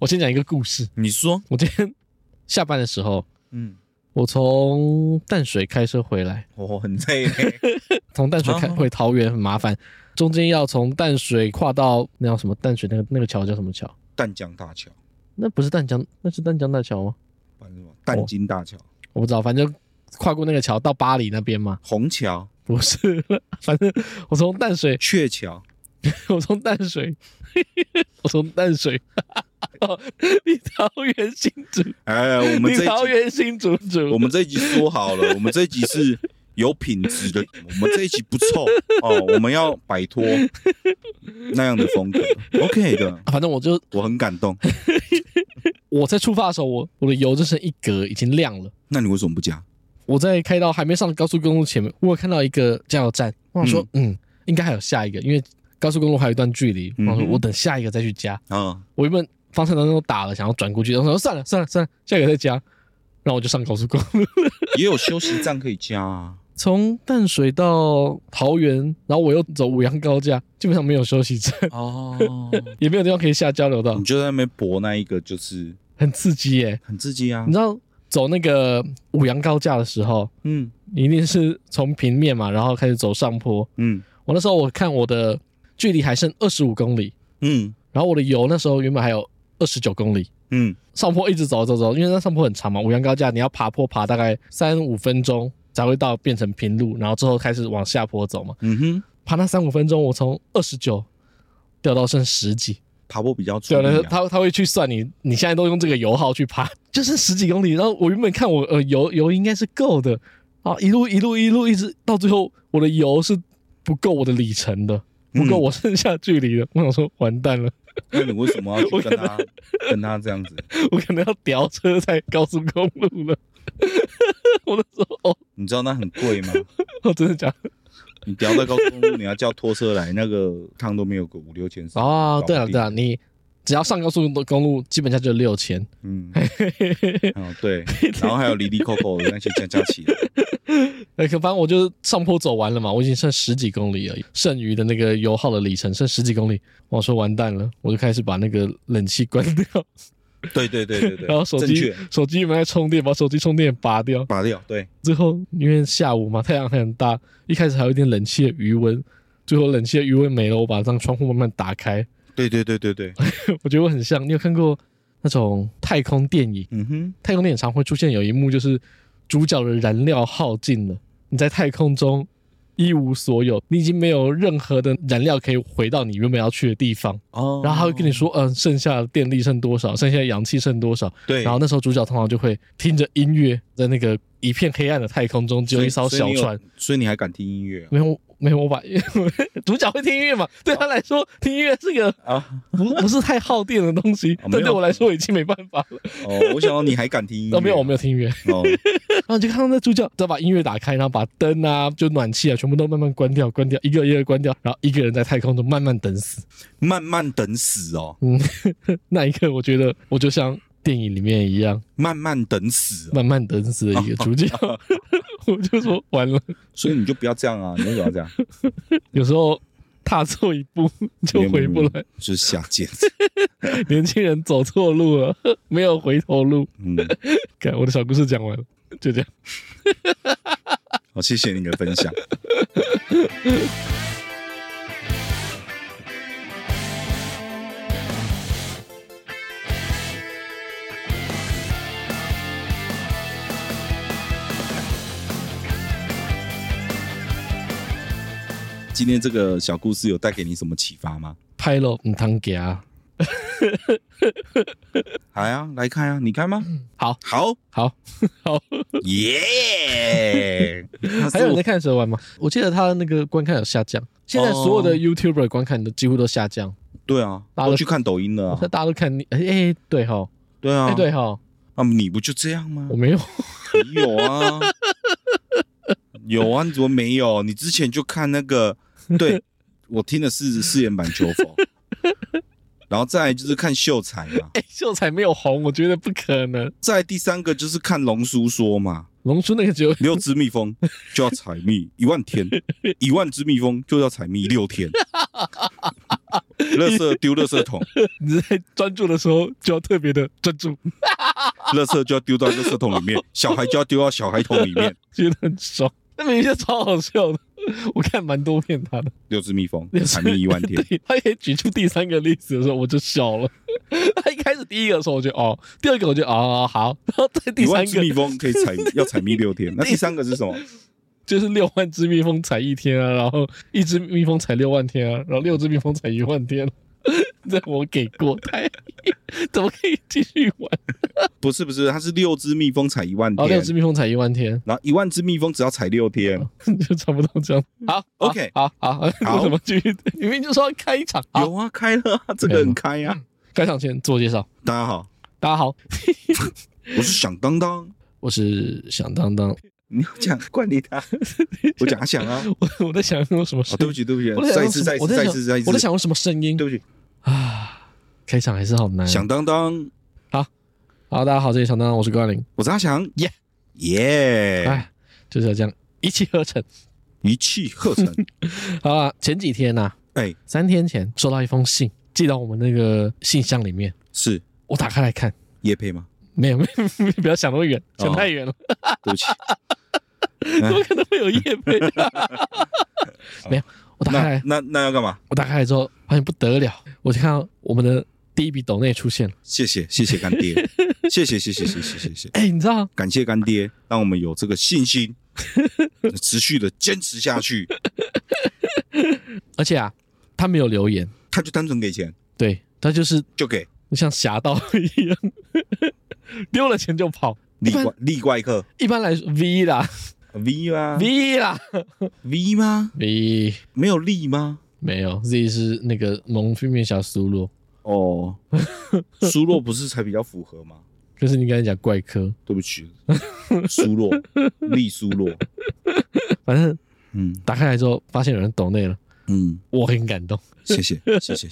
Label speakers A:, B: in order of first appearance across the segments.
A: 我先讲一个故事。
B: 你说，
A: 我今天下班的时候，
B: 嗯，
A: 我从淡水开车回来，
B: 我哦很累嘞，
A: 从淡水开
B: 哦
A: 回桃园很麻烦，中间要从淡水跨到那叫什么淡水那个那个桥叫什么桥？
B: 淡江大桥，
A: 那不是淡江，那是淡江大桥吗？
B: 反正什么淡金大桥、
A: 我不知道，反正就跨过那个桥到巴黎那边嘛，
B: 虹桥、
A: 不是，反正我从淡水，
B: 鹊桥，
A: 我从淡水， 我从淡水，哦， 你桃园新竹，
B: 哎，我们
A: 你
B: 这一
A: 桃
B: 集，
A: 园新竹
B: 我
A: 主，
B: 们这一集说好了，我们这一集是 有品质的，我们这一集不臭哦，我们要摆脱那样的风格，OK 的，
A: 反正我就
B: 我很感动。
A: 我在出发的时候，我我的油就剩一格，已经亮了。
B: 那你为什么不加？
A: 我在开到还没上高速公路前面，我有看到一个加油站，我想说，嗯应该还有下一个，因为高速公路还有一段距离。我
B: 嗯哼
A: 想说，我等下一个再去加。
B: 啊，
A: 我原本方向灯都打了，想要转过去，然后说嗯算了算了算了，下一个再加。然后我就上高速公路，
B: 也有休息站可以加啊。
A: 从淡水到桃园，然后我又走五羊高架，基本上没有休息站，
B: 哦，
A: 也没有地方可以下交流道
B: 你，就在那边搏那一个，就是
A: 很刺激耶、
B: 很刺激啊
A: 你。知道走那个五羊高架的时候，
B: 嗯
A: 你一定是从平面嘛，然后开始走上坡，
B: 嗯
A: 我那时候我看我的距离还剩二十五公里，
B: 嗯
A: 然后我的油那时候原本还有二十九公里，
B: 嗯，
A: 上坡一直走走走，因为那上坡很长嘛，五羊高架你要爬坡爬大概三五分钟才会到变成平路，然后之后开始往下坡走嘛，
B: 嗯哼，
A: 爬那三五分钟，我从二十九。掉到剩十几，
B: 爬坡比较出
A: 对
B: 力
A: 了，
B: 啊。
A: 他他会去算你，你现在都用这个油耗去爬，就剩十几公里。然后我原本看我呃油油应该是够的，啊一路一路一路一直到最后，我的油是不够我的里程的。不够
B: 嗯
A: 我剩下距离了。我想说，完蛋了，
B: 那你为什么要去跟他跟他这样子？
A: 我可能要吊车在高速公路了。我那时候，哦，
B: 你知道那很贵吗？
A: 我哦真的假的？
B: 你掉在高速公路，你要叫拖车来，那个趟都没有个五六千。
A: 哦，对了对了，
B: 啊，
A: 你只要上高速公路，基本上就六千。
B: 嗯，哦对，然后还有离离扣扣的那些加加起来，
A: 那可反正我就上坡走完了嘛，我已经剩十几公里了，剩余的那个油耗的里程剩十几公里。我说完蛋了，我就开始把那个冷气关掉，
B: 对对对对对，
A: 然后手
B: 正
A: 机
B: 确
A: 手机没在充电，把手机充电也拔掉。
B: 拔掉，对，
A: 最后因为下午嘛，太阳还很大，一开始还有一点冷气的余温，最后冷气的余温没了，我把这张窗户慢慢打开，
B: 对对对对对，
A: 我觉得我很像。你有看过那种太空电影？
B: 嗯哼，
A: 太空电影常会出现有一幕就是主角的燃料耗尽了，你在太空中一无所有，你已经没有任何的燃料可以回到你原本要去的地方，
B: 哦，
A: 然后他会跟你，说，嗯、剩下的电力剩多少，剩下的氧气剩多少，
B: 对，
A: 然后那时候主角通常就会听着音乐，在那个一片黑暗的太空中，只有一艘
B: 所以
A: 小
B: 你有
A: 船。，嗯
B: 所以你还敢听音乐啊
A: 没有没有，我把 主角会听音乐嘛？对他来说，听音乐是个
B: 啊？啊，
A: 不不是太耗电的东西，
B: 哦没有
A: 但对我来说已经没办法了。
B: 哦，我想到你还敢听 音乐，
A: 哦，没有，我没有听音乐，
B: 有，哦，
A: 然后就看到那主角再把音乐打开，然后把灯啊、就暖气啊，全部都慢慢关掉，关掉，一个一个关掉，然后一个人在太空中慢慢等死。
B: 慢慢等死哦，
A: 嗯，那一刻我觉得我就像电影里面一样，
B: 慢慢等死哦，
A: 慢慢等死的一个主角，我就说完了。
B: 所以你就不要这样啊，你为什么要这样？
A: 有时候踏错一步就回不来，
B: 就是下贱。
A: 年轻人走错路了， 没有回头路。
B: 嗯，
A: 看我的小故事讲完了，就这样。
B: 好，谢谢你的分享。今天这个小故事有带给你什么启发吗？
A: 拍了唔通行，
B: 来啊，来看啊，你看吗？
A: 嗯好，
B: 好，
A: 好，好。
B: 耶！
A: 还有人在看蛇丸吗？我记得他那个观看有下降，现在所有的 YouTuber 观看都几乎都下降，
B: 对啊，
A: 大家都
B: 都去看抖音了啊
A: 那、。大家都看你，哎、哎对哈，
B: 对
A: 哎、
B: 啊，
A: 对哈，
B: 啊，你不就这样吗
A: 我？没有，
B: 你有啊，有啊，你怎么没有？你之前就看那个，对我听的是饰演版求佛，然后再来就是看秀才嘛，
A: 哎、秀才没有红，我觉得不可能。
B: 再来第三个就是看龙叔说嘛，
A: 龙叔那个只有
B: 六只蜜蜂就要采蜜一万天，一万只蜜蜂就要采蜜六天。垃圾丢垃圾桶，
A: 你在专注的时候就要特别的专注，
B: 垃圾就要丢到垃圾桶里面，小孩就要丢到小孩桶里面。
A: 觉得很爽。那明明就超好笑的，我看蛮多遍他的。
B: 六只蜜蜂
A: 也，是
B: 产蜜一万天。
A: 对，他也举出第三个例子的时候，我就笑了。 他一开始第一个的时候，我觉得哦，第二个我觉得哦好，然后再第
B: 一
A: 三
B: 万只蜜
A: 个
B: 蜂可以 采要采蜜六天，那第三个是什么？
A: 就是六万只蜜蜂采一天啊，然后一只蜜蜂采六万天啊，然后六只蜜蜂采一万 天、这我给过，太怎么可以继续玩？
B: 不是不是，它是六只蜜蜂采一万
A: 哦，
B: 天
A: 六，只蜜蜂采一万天，
B: 然后一万只蜜蜂只要采六天。
A: 就差不多这样。好好
B: 嗯 OK
A: 好好，为
B: 好
A: 什么继续？明明就说要开场，好，
B: 有啊，开了啊，这个很开啊。
A: 开场前自我介绍，
B: 大家好，
A: 大家好，
B: 我是响当当。
A: 我是响当当，
B: 你要讲惯例他，我讲想啊。
A: 我我在想有什么声
B: 哦，对不起对不
A: 我在想
B: 起，再一
A: 用
B: 次
A: 什么我在
B: 再一次再一
A: 想
B: 次再一次。
A: 我在想用什么声音
B: 对不起，
A: 啊？开场还是好难。
B: 响当当，
A: 好，大家好，这里是响当当，我是高林。
B: 我是阿翔。
A: 耶
B: 耶，
A: 哎，就是要这样一气呵成。
B: 一气 呵成。
A: 好啦，前几天呐、啊
B: 哎，
A: 三天前收到一封信，寄到我们那个信箱里面，
B: 是
A: 我打开来看，
B: 叶配吗？
A: 没有没有，没有 不要想那么远，
B: 哦
A: 想太远了，
B: 对不起，哎
A: 怎么可能会有叶 配？没有，我打开
B: 那
A: 来，
B: 那那要干嘛？
A: 我打开来之后发现不得了，我就看到我们的第一笔抖内出现了。
B: 谢谢谢谢干爹，谢谢谢谢谢谢谢谢。
A: 哎，你知道
B: 感谢干爹，让我们有这个信心，持续的坚持下去。
A: 而且啊，他没有留言，
B: 他就单纯给钱，
A: 对他就是
B: 就给
A: 像侠盗一样， 丢了钱就跑。
B: 利怪利怪客
A: 一般来说，V 啦
B: V 吗
A: ，V 啦
B: V 吗？
A: ，V
B: 没有利吗？
A: 没有，Z 是那个蒙面小苏洛，
B: 哦，苏洛不是才比较符合吗？
A: 就是你刚才讲怪科，
B: 对不起，苏洛利苏洛，
A: 反正
B: 嗯
A: 打开来之后发现有人抖内了，
B: 嗯，
A: 我很感动，
B: 谢谢谢谢谢谢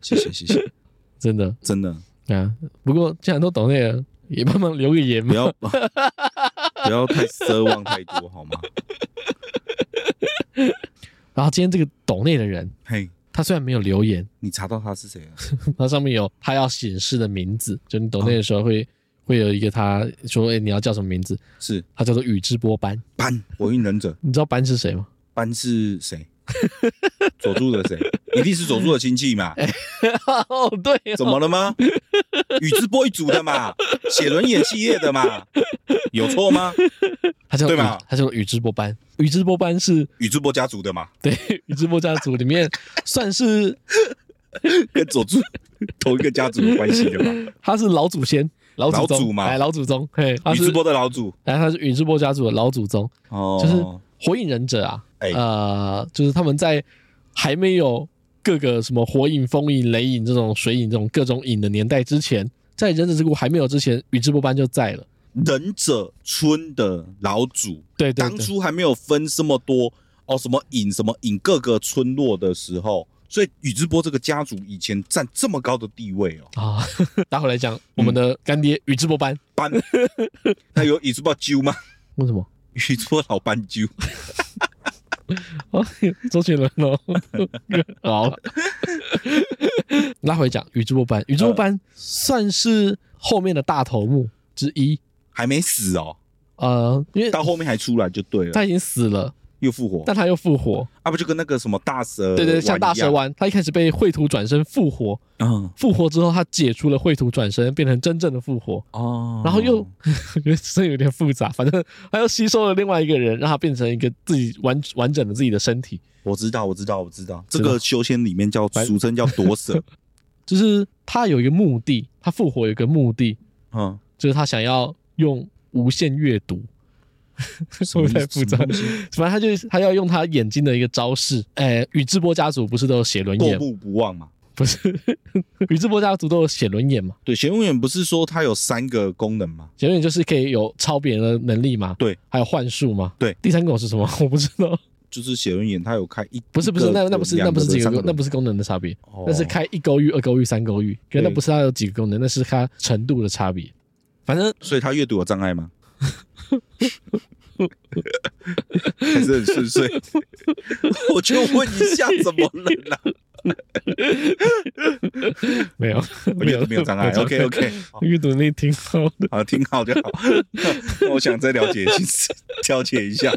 B: 谢谢谢谢，
A: 真的
B: 真的
A: 啊。不过既然都抖内了，也帮忙留个言
B: 不
A: 嘛。
B: 要不要太奢望太多好吗？
A: 然后今天这个抖内的人，
B: 嘿，
A: 他虽然没有留言，
B: 你查到他是谁了？啊
A: 它上面有他要显示的名字，就你抖内的时候会、会有一个他说，哎、你要叫什么名字？
B: 是
A: 他叫做宇智波斑。
B: 班火影忍者。
A: 你知道斑是谁吗？
B: 班是谁？佐助的谁？一定是佐助的亲戚
A: 哎
B: 嘛？
A: 哦，对哦
B: 怎么了吗？宇智波一族的嘛，写轮眼系列的嘛，有错吗？
A: 他叫
B: 对
A: 宇
B: 吧
A: 他叫宇智波斑。宇智波斑是
B: 宇智波家族的嘛，
A: 对宇智波家族里面算是
B: 跟佐助同一个家族有关系的嘛？
A: 他是老祖先，老祖
B: 老
A: 宗
B: 祖嘛
A: 哎，老祖宗，嘿，他
B: 宇
A: 是
B: 智波的老祖
A: 哎，他是宇智波家族的老祖宗，
B: 哦，
A: 就是火影忍者啊，
B: 哎
A: 呃，就是他们在还没有各个什么火影、风影、雷影这种水影这种各种影的年代之前，在忍者之国还没有之前，宇智波斑就在了。
B: 忍者村的老祖，
A: 对对
B: 当
A: 对，
B: 初还没有分这么多哦，什么影什么影各个村落的时候，所以宇智波这个家族以前占这么高的地位哦。
A: 啊， 待会来讲我们的干爹宇智波斑，
B: 斑，那有宇智波揪吗？
A: 为什么？
B: 宇智波老斑鸠，
A: 哦， 周杰伦哦， 好，拉回讲宇智波斑，宇智波斑
B: 呃
A: 算是后面的大头目之一，
B: 还没死哦，
A: 呃，因为
B: 到后面还出来就对了，
A: 他已经死了，
B: 又复活，
A: 但他又复活，
B: 啊不就跟那个什么大蛇
A: 对对，像大蛇
B: 一样，
A: 丸，他一开始被秽土转身复活，
B: 嗯
A: 复活之后他解除了秽土转身，变成真正的复活，
B: 哦
A: 然后又 我觉得真的有点复杂，反正他又吸收了另外一个人，让他变成一个自己完完整的自己的身体，
B: 我知道我知道我知道，
A: 知
B: 这
A: 道
B: 个修仙里面叫俗称叫夺舍，
A: 就是他有一个目的，他复活有一个目的，
B: 嗯，
A: 就是他想要用无限阅读，
B: 什么
A: 会
B: 意
A: 不会太复杂
B: 什么东西
A: 反正他就是他要用他眼睛的一个招式，哎，宇智波家族不是都有写轮
B: 过
A: 眼吗？
B: 目不忘嘛。
A: 不是，宇智波家族都有写轮眼嘛？
B: 对，玄武眼不是说它有三个功能吗？
A: 前面就是可以有超别人的能力嘛，
B: 对，
A: 还有幻术嘛，
B: 对
A: 第三个是什么？ 我不知道，
B: 就是写轮眼，它有开一
A: 不是不是，那那不是那不是几个功，那不
B: 是
A: 是功能的差别，
B: 哦
A: 那是开一勾玉、二勾玉、三勾玉，可是那
B: 对
A: 不是它有几个功能，那是它程度的差别。反正
B: 所以他阅读有障碍吗？ 还是很顺遂？我就问一下，怎么了啦？
A: 没有，
B: 我
A: 没
B: 阅
A: 有
B: 读 没有障碍。OK OK，
A: 阅读能力挺好的。
B: 好，挺好就好。那我想再了解一次，了解一下。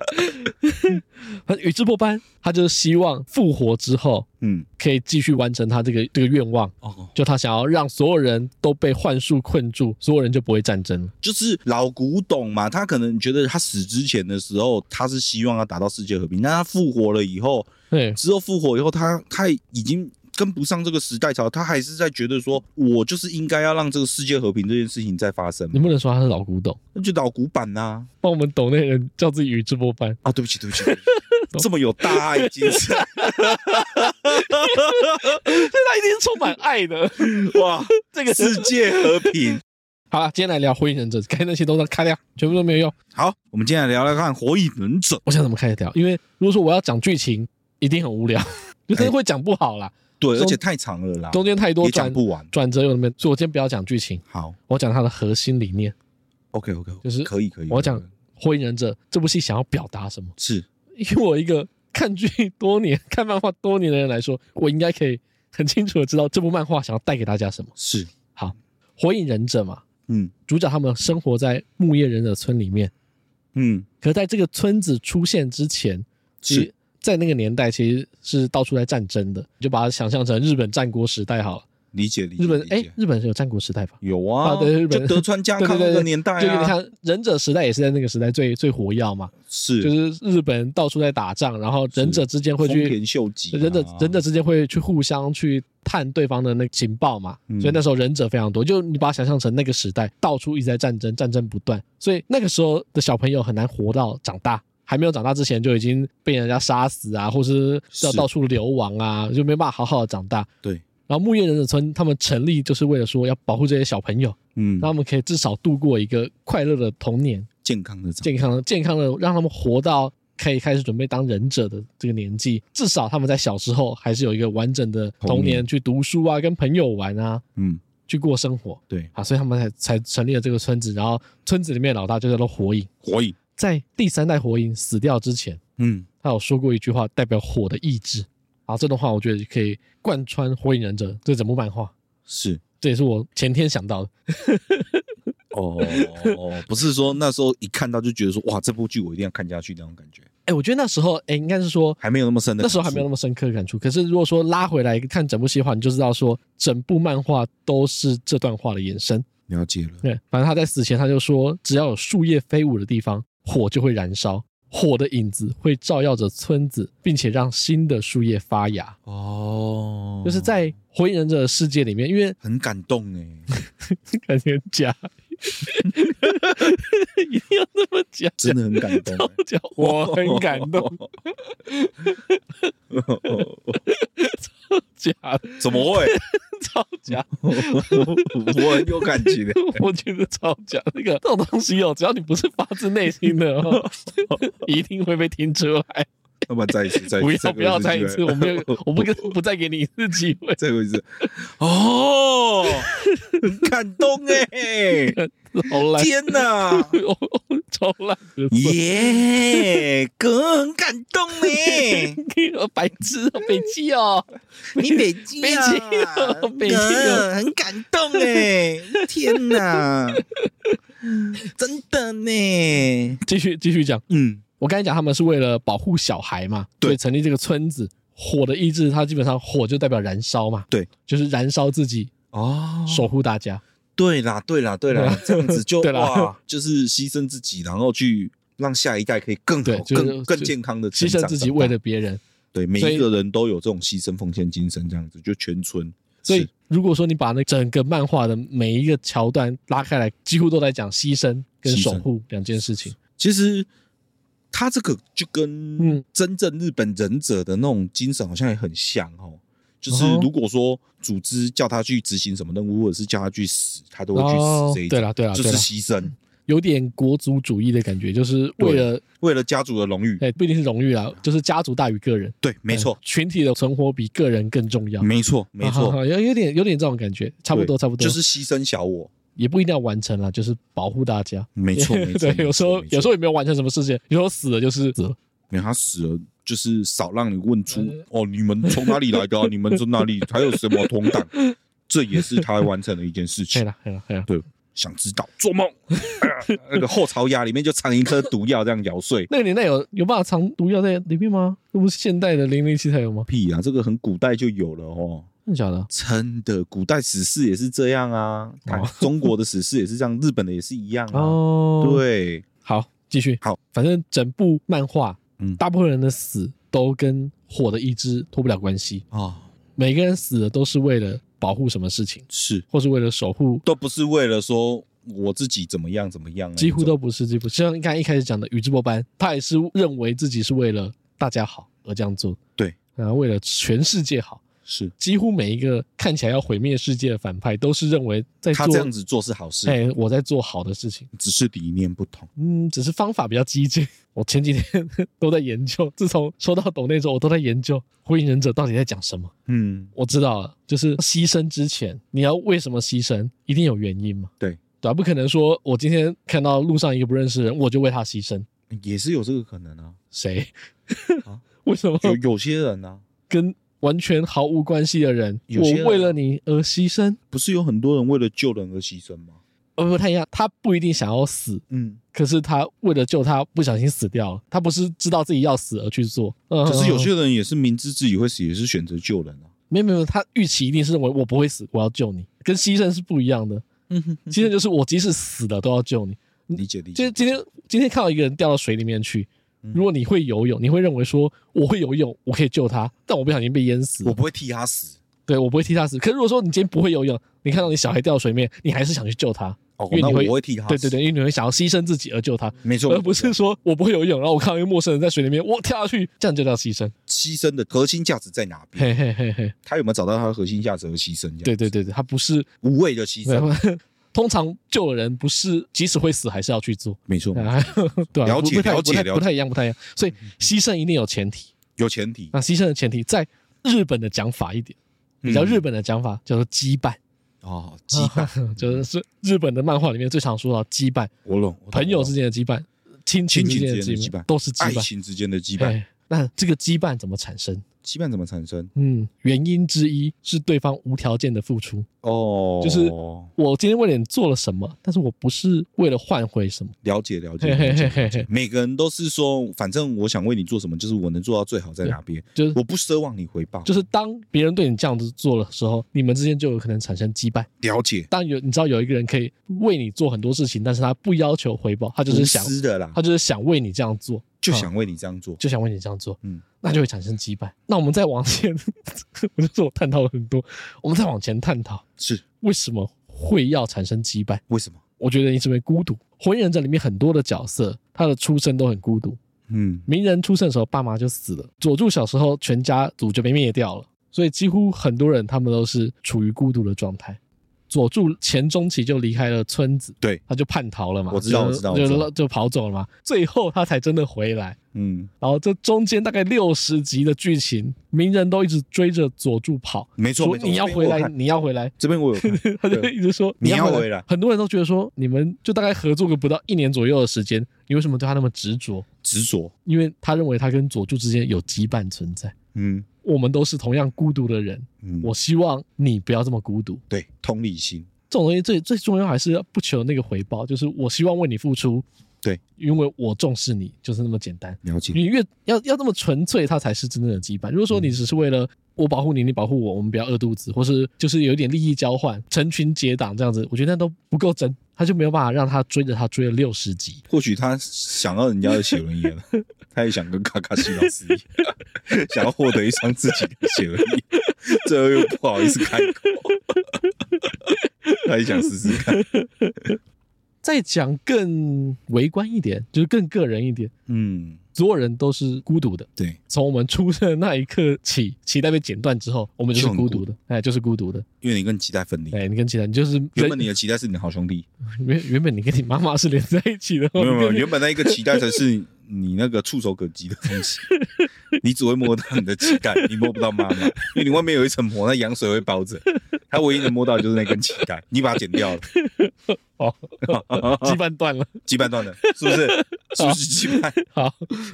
A: 他宇智波斑，他就是希望复活之后
B: 嗯，
A: 可以继续完成他这个这个愿望，
B: 哦，
A: 就他想要让所有人都被幻术困住，所有人就不会战争了。
B: 就是老古董嘛，他可能觉得他死之前的时候，他是希望要达到世界和平，但他复活了以后，
A: 对，
B: 之后复活以后，他他已经跟不上这个时代潮，他还是在觉得说，我就是应该要让这个世界和平这件事情再发生
A: 你
B: 嘛，
A: 不能说他是老古董，
B: 那就老古板呐、
A: 帮我们懂那人叫自己宇智波斑，
B: 啊！对不起，对不起，对不起这么有大爱精神，
A: 他一定是充满爱的。
B: 哇！
A: 这个
B: 世界和平。
A: 好了，今天来聊火影忍者，刚才那些都让开掉，全部都没有用。
B: 好，我们今天来聊聊看《火影忍者》。
A: 我想怎么开始聊？因为如果说我要讲剧情，一定很无聊， 就真的会讲不好啦，
B: 对，
A: 中
B: 而且太长了啦，
A: 中间太多
B: 也讲
A: 转
B: 不完。
A: 转折有什么？所以我今天不要讲剧情，
B: 好
A: 我讲它的核心理念。
B: ，OK，OK，、
A: 就是
B: 可以，可以。
A: 我讲
B: 可以
A: 《火影忍者》这部戏想要表达什么？
B: 是
A: 以我一个看剧多年、看漫画多年的人来说，我应该可以很清楚的知道这部漫画想要带给大家什么。
B: 是，
A: 《火影忍者》嘛，
B: 嗯
A: 主角他们生活在木叶忍者村里面，
B: 嗯，
A: 可在这个村子出现之前，其
B: 是
A: 实在那个年代其实是到处在战争的，你就把它想象成日本战国时代好了。
B: 理解理解。
A: 日本
B: 理解
A: 哎，日本是有战国时代吧？
B: 有啊，
A: 啊对日本
B: 就德川家
A: 对对
B: 康 那
A: 对
B: 个
A: 对，
B: 年代啊，
A: 就有点像忍者时代，也是在那个时代最最活跃嘛，
B: 是
A: 就是日本人到处在打仗，然后忍者之间会
B: 丰
A: 去
B: 田秀吉啊，
A: 忍者忍者之间会去互相去探对方的那个情报嘛，
B: 嗯
A: 所以那时候忍者非常多。就你把它想象成那个时代，到处一直在战争，战争不断，所以那个时候的小朋友很难活到长大。还没有长大之前就已经被人家杀死啊，或是要
B: 是
A: 到处流亡啊，就没办法好好的长大。
B: 对，
A: 然后木叶忍者村他们成立就是为了说要保护这些小朋友，
B: 嗯
A: 让，他们可以至少度过一个快乐的童年，
B: 健康的长
A: 健康的健康的，让他们活到可以开始准备当忍者的这个年纪，至少他们在小时候还是有一个完整的
B: 童
A: 童年，
B: 年
A: 去读书啊，跟朋友玩啊，
B: 嗯，
A: 去过生活
B: 对，
A: 啊，所以他们才才成立了这个村子，然后村子里面的老大就叫做火影，
B: 火影，
A: 在第三代火影死掉之前，
B: 嗯，
A: 他有说过一句话，代表火的意志啊，这段话我觉得可以贯穿《火影忍者》这整部漫画，
B: 是。
A: 这也是我前天想到的。
B: 哦， 不是说那时候一看到就觉得说哇，这部剧我一定要看下去那种感觉，
A: 哎，我觉得那时候，哎，应该是说
B: 还没有那么深的
A: 那
B: 感触。
A: 时候还没有那么深刻的感触。可是如果说拉回来看整部戏的话，你就知道说整部漫画都是这段话的延伸。
B: 了解了，
A: 对，反正他在死前他就说，只要有树叶飞舞的地方，火就会燃烧，火的影子会照耀着村子，并且让新的树叶发芽。
B: 哦
A: 就是在《火影忍者》的世界里面，因为
B: 很感动哎，
A: 感觉很假， 一定要那么假，
B: 真的很感动 欸。
A: 假，我很感动，假
B: 怎么会？
A: 超假。
B: 我很有感情欸的。
A: 我觉得超假，那 个这种东西哦，只要你不是发自内心的 哦，一定会被听出来。
B: 要不然再一次，再一
A: 不
B: 次
A: 要不要再一次，我 没有，我不 跟不再给你一次机会。
B: 再一次。哦，很感动哎！
A: 好烂，
B: 天 哪，
A: 我超烂的，
B: 耶，哥很感动哎！
A: 白痴哦，北极哦，
B: 你北京啊
A: 北京啊北京啊
B: 哥很感动哎！天 哪，真的呢。
A: 继续继续讲。
B: 嗯，
A: 我刚才讲他们是为了保护小孩嘛，
B: 对
A: 所以成立这个村子。火的意志，它基本上火就代表燃烧嘛，
B: 对，
A: 就是燃烧自己，
B: 哦
A: 守护大家。
B: 对啦，对啦，对啦，这样子 就
A: 对啦
B: 哇，就是牺牲自己，然后去让下一代可以更
A: 对
B: 好、
A: 就是
B: 更更健康的
A: 牺牲自己为了别人，
B: 对每
A: 所以
B: 一个人都有这种牺牲奉献精神，这样子就全村。
A: 所以
B: 是，
A: 如果说你把那整个漫画的每一个桥段拉开来，几乎都在讲牺牲跟守护两件事情。
B: 其实他这个就跟
A: 嗯
B: 真正日本忍者的那种精神好像也很像哦。就是
A: 哦
B: 如果说组织叫他去执行什么任务，或者是叫他去死，他都会去
A: 哦
B: 死。这一
A: 对
B: 种，
A: 啦，对啦，
B: 就
A: 对
B: 是
A: 啦，
B: 牺牲，
A: 有点国族主义的感觉，就是为了
B: 为了家族的荣誉。
A: 哎，不一定是荣誉啦，就是家族大于个人。
B: 对，没错
A: 哎，群体的存活比个人更重要。
B: 没错，没
A: 啊
B: 错，
A: 哈有有点有点这种感觉，差不多，
B: 对
A: 差不多，
B: 就是牺牲小我。
A: 也不一定要完成啦，就是保护大家。
B: 没错，没错。
A: 对，有时候
B: 没错
A: 有时候也没有完成什么事情，有时候死了就是死了。
B: 没有他死了，就是少让你问出
A: 呃
B: 哦，你们从哪里 来的、啊？你们从哪里？还有什么同党？这也是他完成的一件事
A: 对
B: 情。
A: 了，对了，对了，
B: 对，想知道做梦、哎呀那个后槽牙里面就藏一颗毒药，这样咬碎。
A: 那个年代有有办法藏毒药在里面吗？那不是现代的零零七才有吗？
B: 屁啊，这个很古代就有了哦。
A: 真的假的？
B: 真的，古代史事也是这样啊，台中国的史事也是这样，日本的也是一样啊。
A: 哦，，
B: 对，
A: 好，继续。
B: 好，
A: 反正整部漫画，
B: 嗯
A: 大部分人的死都跟火的意志脱不了关系。
B: 哦，
A: 每个人死的都是为了保护什么事情，
B: 是，
A: 或是为了守护，
B: 都不是为了说我自己怎么样怎么样那一种，
A: 几乎都不是，几乎像刚才一开始讲的宇智波斑，他也是认为自己是为了大家好而这样做，
B: 对，
A: 然后为了全世界好。
B: 是。
A: 几乎每一个看起来要毁灭世界的反派，都是认为在做
B: 他这样子做是好事，
A: 哎、我在做好的事情，
B: 只是理念不同。
A: 嗯，只是方法比较激进。 我前几天都在研究， 自从收到抖内之后，我都在研究《火影忍者》到底在讲什么。
B: 嗯，
A: 我知道了，就是牺牲之前，你要为什么牺牲，一定有原因嘛。
B: 对，
A: 对啊吧？不可能说我今天看到路上一个不认识的人，我就为他牺牲。
B: 也是有这个可能啊。
A: 谁？
B: 啊
A: 为什么
B: 有有些人啊，
A: 跟完全毫无关系的人，
B: 有些人啊
A: 我为了你而牺牲？
B: 不是有很多人为了救人而牺牲吗？
A: 呃，不太一样，他不一定想要死，
B: 嗯，
A: 可是他为了救他不小心死掉了，他不是知道自己要死而去做。嗯
B: 可是有些人也是明知自己会死，也是选择救人啊。
A: 没有没有，他预期一定是认为我不会死，我要救你，跟牺牲是不一样的。
B: 嗯哼，
A: 牺牲就是我即使死了都要救你。
B: 理解理
A: 就
B: 解
A: 是。今天今天看到一个人掉到水里面去，
B: 嗯
A: 如果你会游泳，你会认为说我会游泳，我可以救他，但我不小心被淹死了
B: 我不会替他死，
A: 对我不会替他死。可是如果说你今天不会游泳，你看到你小孩掉到水里面，你还是想去救他，
B: 哦，
A: 因为
B: 那
A: 你会
B: 我会替他
A: 对
B: 死。
A: 对对，因为你会想要牺牲自己而救他，
B: 没错，
A: 而不是说我不会游泳，然后我看到一个陌生人在水里面，我跳下去，这样就叫牺牲。
B: 牺牲的核心价值在哪边？
A: 嘿嘿嘿嘿，
B: 他有没有找到他的核心价值和牺牲？
A: 对，对对对，他不是
B: 无谓的牺牲，
A: 通常救的人不是即使会死还是要去做，
B: 没错，
A: 啊 对啊，
B: 了解
A: 不不太
B: 了解
A: 不太
B: 了解
A: 不太一样，不太一样。所以牺牲一定有前提，
B: 有前提。
A: 那牺牲的前提在日本的讲法一点，比较
B: 嗯
A: 日本的啊讲法叫做羁 绊，
B: 哦，羁绊
A: 就是日本的漫画里面最常说到羁绊，
B: 我懂，我懂
A: 朋友
B: 我
A: 之
B: 懂
A: 间的羁绊，亲情之
B: 亲情
A: 间
B: 之
A: 的
B: 间的羁
A: 绊
B: 绊，
A: 都是羁
B: 爱
A: 绊。
B: 情之间的羁绊，
A: 哎那这个羁绊怎么产生？
B: 羁绊怎么产生？
A: 嗯，原因之一是对方无条件的付出。
B: 哦，
A: 就是我今天为了你做了什么，但是我不是为了换回什么。
B: 了解了解
A: 嘿嘿
B: 了
A: 嘿
B: 解。
A: 嘿嘿，
B: 每个人都是说，反正我想为你做什么，就是我能做到最好在哪边，
A: 就是
B: 我不奢望你回报。
A: 就是当别人对你这样子做的时候，你们之间就有可能产生羁绊。
B: 了解，
A: 当有你知道有一个人可以为你做很多事情，但是他不要求回报，他就是想啊
B: 无私的啦
A: 他，就是想为你这样做，
B: 就想为你这样做。
A: 就想为你这样做，
B: 嗯，
A: 那就会产生羁绊。那我们再往前，我就说我探讨了很多，我们再往前探讨
B: 是
A: 为什么会要产生羁绊。
B: 为什么？
A: 我觉得你是因为孤独。火影忍者里面很多的角色，他的出身都很孤独。
B: 嗯，
A: 鸣人出生的时候，爸妈就死了；佐助小时候，全家族就被灭掉了。所以几乎很多人他们都是处于孤独的状态。佐助前中期就离开了村子，
B: 对，
A: 他就叛逃了嘛，
B: 我知道
A: 就
B: 我知道我知
A: 就
B: 道
A: 就跑走了嘛。最后他才真的回来。
B: 嗯，
A: 然后这中间大概六十集的剧情，鸣人都一直追着佐助跑，
B: 没错
A: 说
B: 没错。
A: 你要回来，
B: 这边我有看
A: 你要 回来，
B: 这边我有看，
A: 他就
B: 对
A: 一直说
B: 你要
A: 回
B: 回来
A: 很多人都觉得说，你们就大概合作个不到一年左右的时间，你为什么对他那么执着？
B: 执着。
A: 因为他认为他跟佐助之间有羁绊存在。
B: 嗯
A: 我们都是同样孤独的人，
B: 嗯，
A: 我希望你不要这么孤独。
B: 对同理心，
A: 这种东西最最重要还是要不求那个回报，就是我希望为你付出，
B: 对，
A: 因为我重视你，就是那么简单。
B: 了解。
A: 你越要要这么纯粹，它才是真正的羁绊。如果说你只是为了我保护你，你保护我，我们不要饿肚子，或是就是有一点利益交换，成群结党这样子，我觉得那都不够真，他就没有办法让他追着他追了六十集。
B: 或许他想要人家的写轮眼，他也想跟卡卡西老师一样，想要获得一双自己的写轮眼，最后又不好意思开口， 他也想试试看。
A: 再讲更微观一点，就是更个人一点，
B: 嗯，
A: 所有人都是孤独的。
B: 对，
A: 从我们出生的那一刻起，脐带被剪断之后，我们就是
B: 就很
A: 孤独的，哎，就是孤独的，
B: 因为你跟期待分离，
A: 哎，你跟其他人就是
B: 原本你的期待是你的好兄弟，
A: 原原本你跟你妈妈是连在一起的，
B: 没有没有，
A: 你跟
B: 原本那一个期待才是你那个触手可及的东西，你只会摸到你的期待，你摸不到妈妈，因为你外面有一层膜，那羊水会包着，它唯一能摸到的就是那根脐带，你把它剪掉了， 啊
A: 哦，羁绊断了。
B: 羁绊断了，是不是？是不是鸡排
A: 好，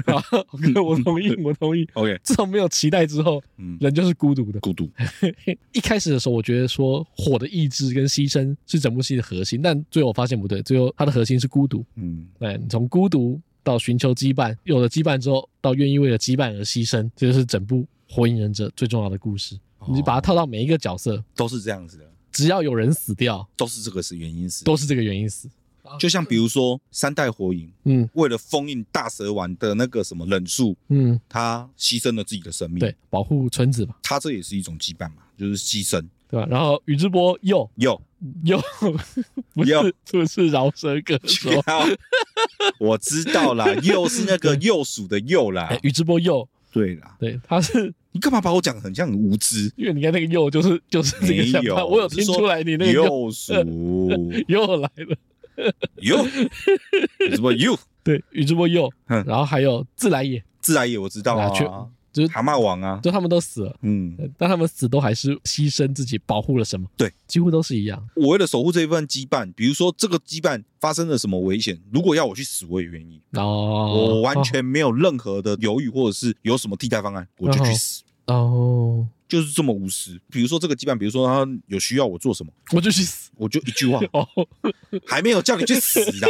A: 好，OK，我同意，我同意。
B: ？OK，
A: 自从没有期待之后，
B: 嗯，
A: 人就是孤独的。
B: 孤独，
A: 一开始的时候，我觉得说火的意志跟牺牲是整部戏的核心，但最后我发现不对，最后它的核心是孤独。
B: 嗯，
A: 哎，你从孤独到寻求羁绊，有了羁绊之后，到愿意为了羁绊而牺牲，这就是整部《火影忍者》最重要的故事。
B: 哦
A: 你把它套到每一个角色，
B: 都是这样子的，
A: 只要有人死掉，
B: 都是这个是原因是，
A: 都是这个原因死。
B: 就像比如说三代火影
A: 嗯
B: 为了封印大蛇丸的那个什么忍术，
A: 嗯，
B: 他牺牲了自己的生命，
A: 对，保护村子嘛，
B: 他这也是一种羁绊嘛，就是牺牲。
A: 对吧？然后宇智波 鼬
B: 有，
A: 鼬不
B: 鼬
A: 是不是饶舌歌 手，
B: 我知道 啦，鼬是那个鼬鼠的鼬啦
A: 哎，宇智波鼬，
B: 对啦，
A: 对，他是
B: 你干嘛把我讲的很像很无知？
A: 因为你看那个鼬就是 就是这个
B: 没
A: 想
B: 有，
A: 法，我有
B: 我
A: 听
B: 是说
A: 出来你那个鼬
B: 鼬鼠
A: 又来了。
B: 鼬， 什么鼬？
A: 对，宇智波鼬，
B: 嗯
A: 然后还有自来也，
B: 自来也我知道
A: 啊确
B: 啊，
A: 就是
B: 蛤蟆王啊，
A: 就他们都死了，
B: 嗯，
A: 但他们死都还是牺牲自己保护了什么，
B: 对，
A: 几乎都是一样。
B: 我为了守护这一份羁绊，比如说这个羁绊发生了什么危险，如果要我去死，我也愿意，
A: 哦，
B: 我完全没有任何的犹豫，或者是有什么替代方案，我就去死，
A: 哦哦，
B: 就是这么无私。比如说这个羁绊，比如说他有需要我做什么，
A: 我就去死
B: 我就一句话，
A: 哦，
B: 还没有叫你去死啦，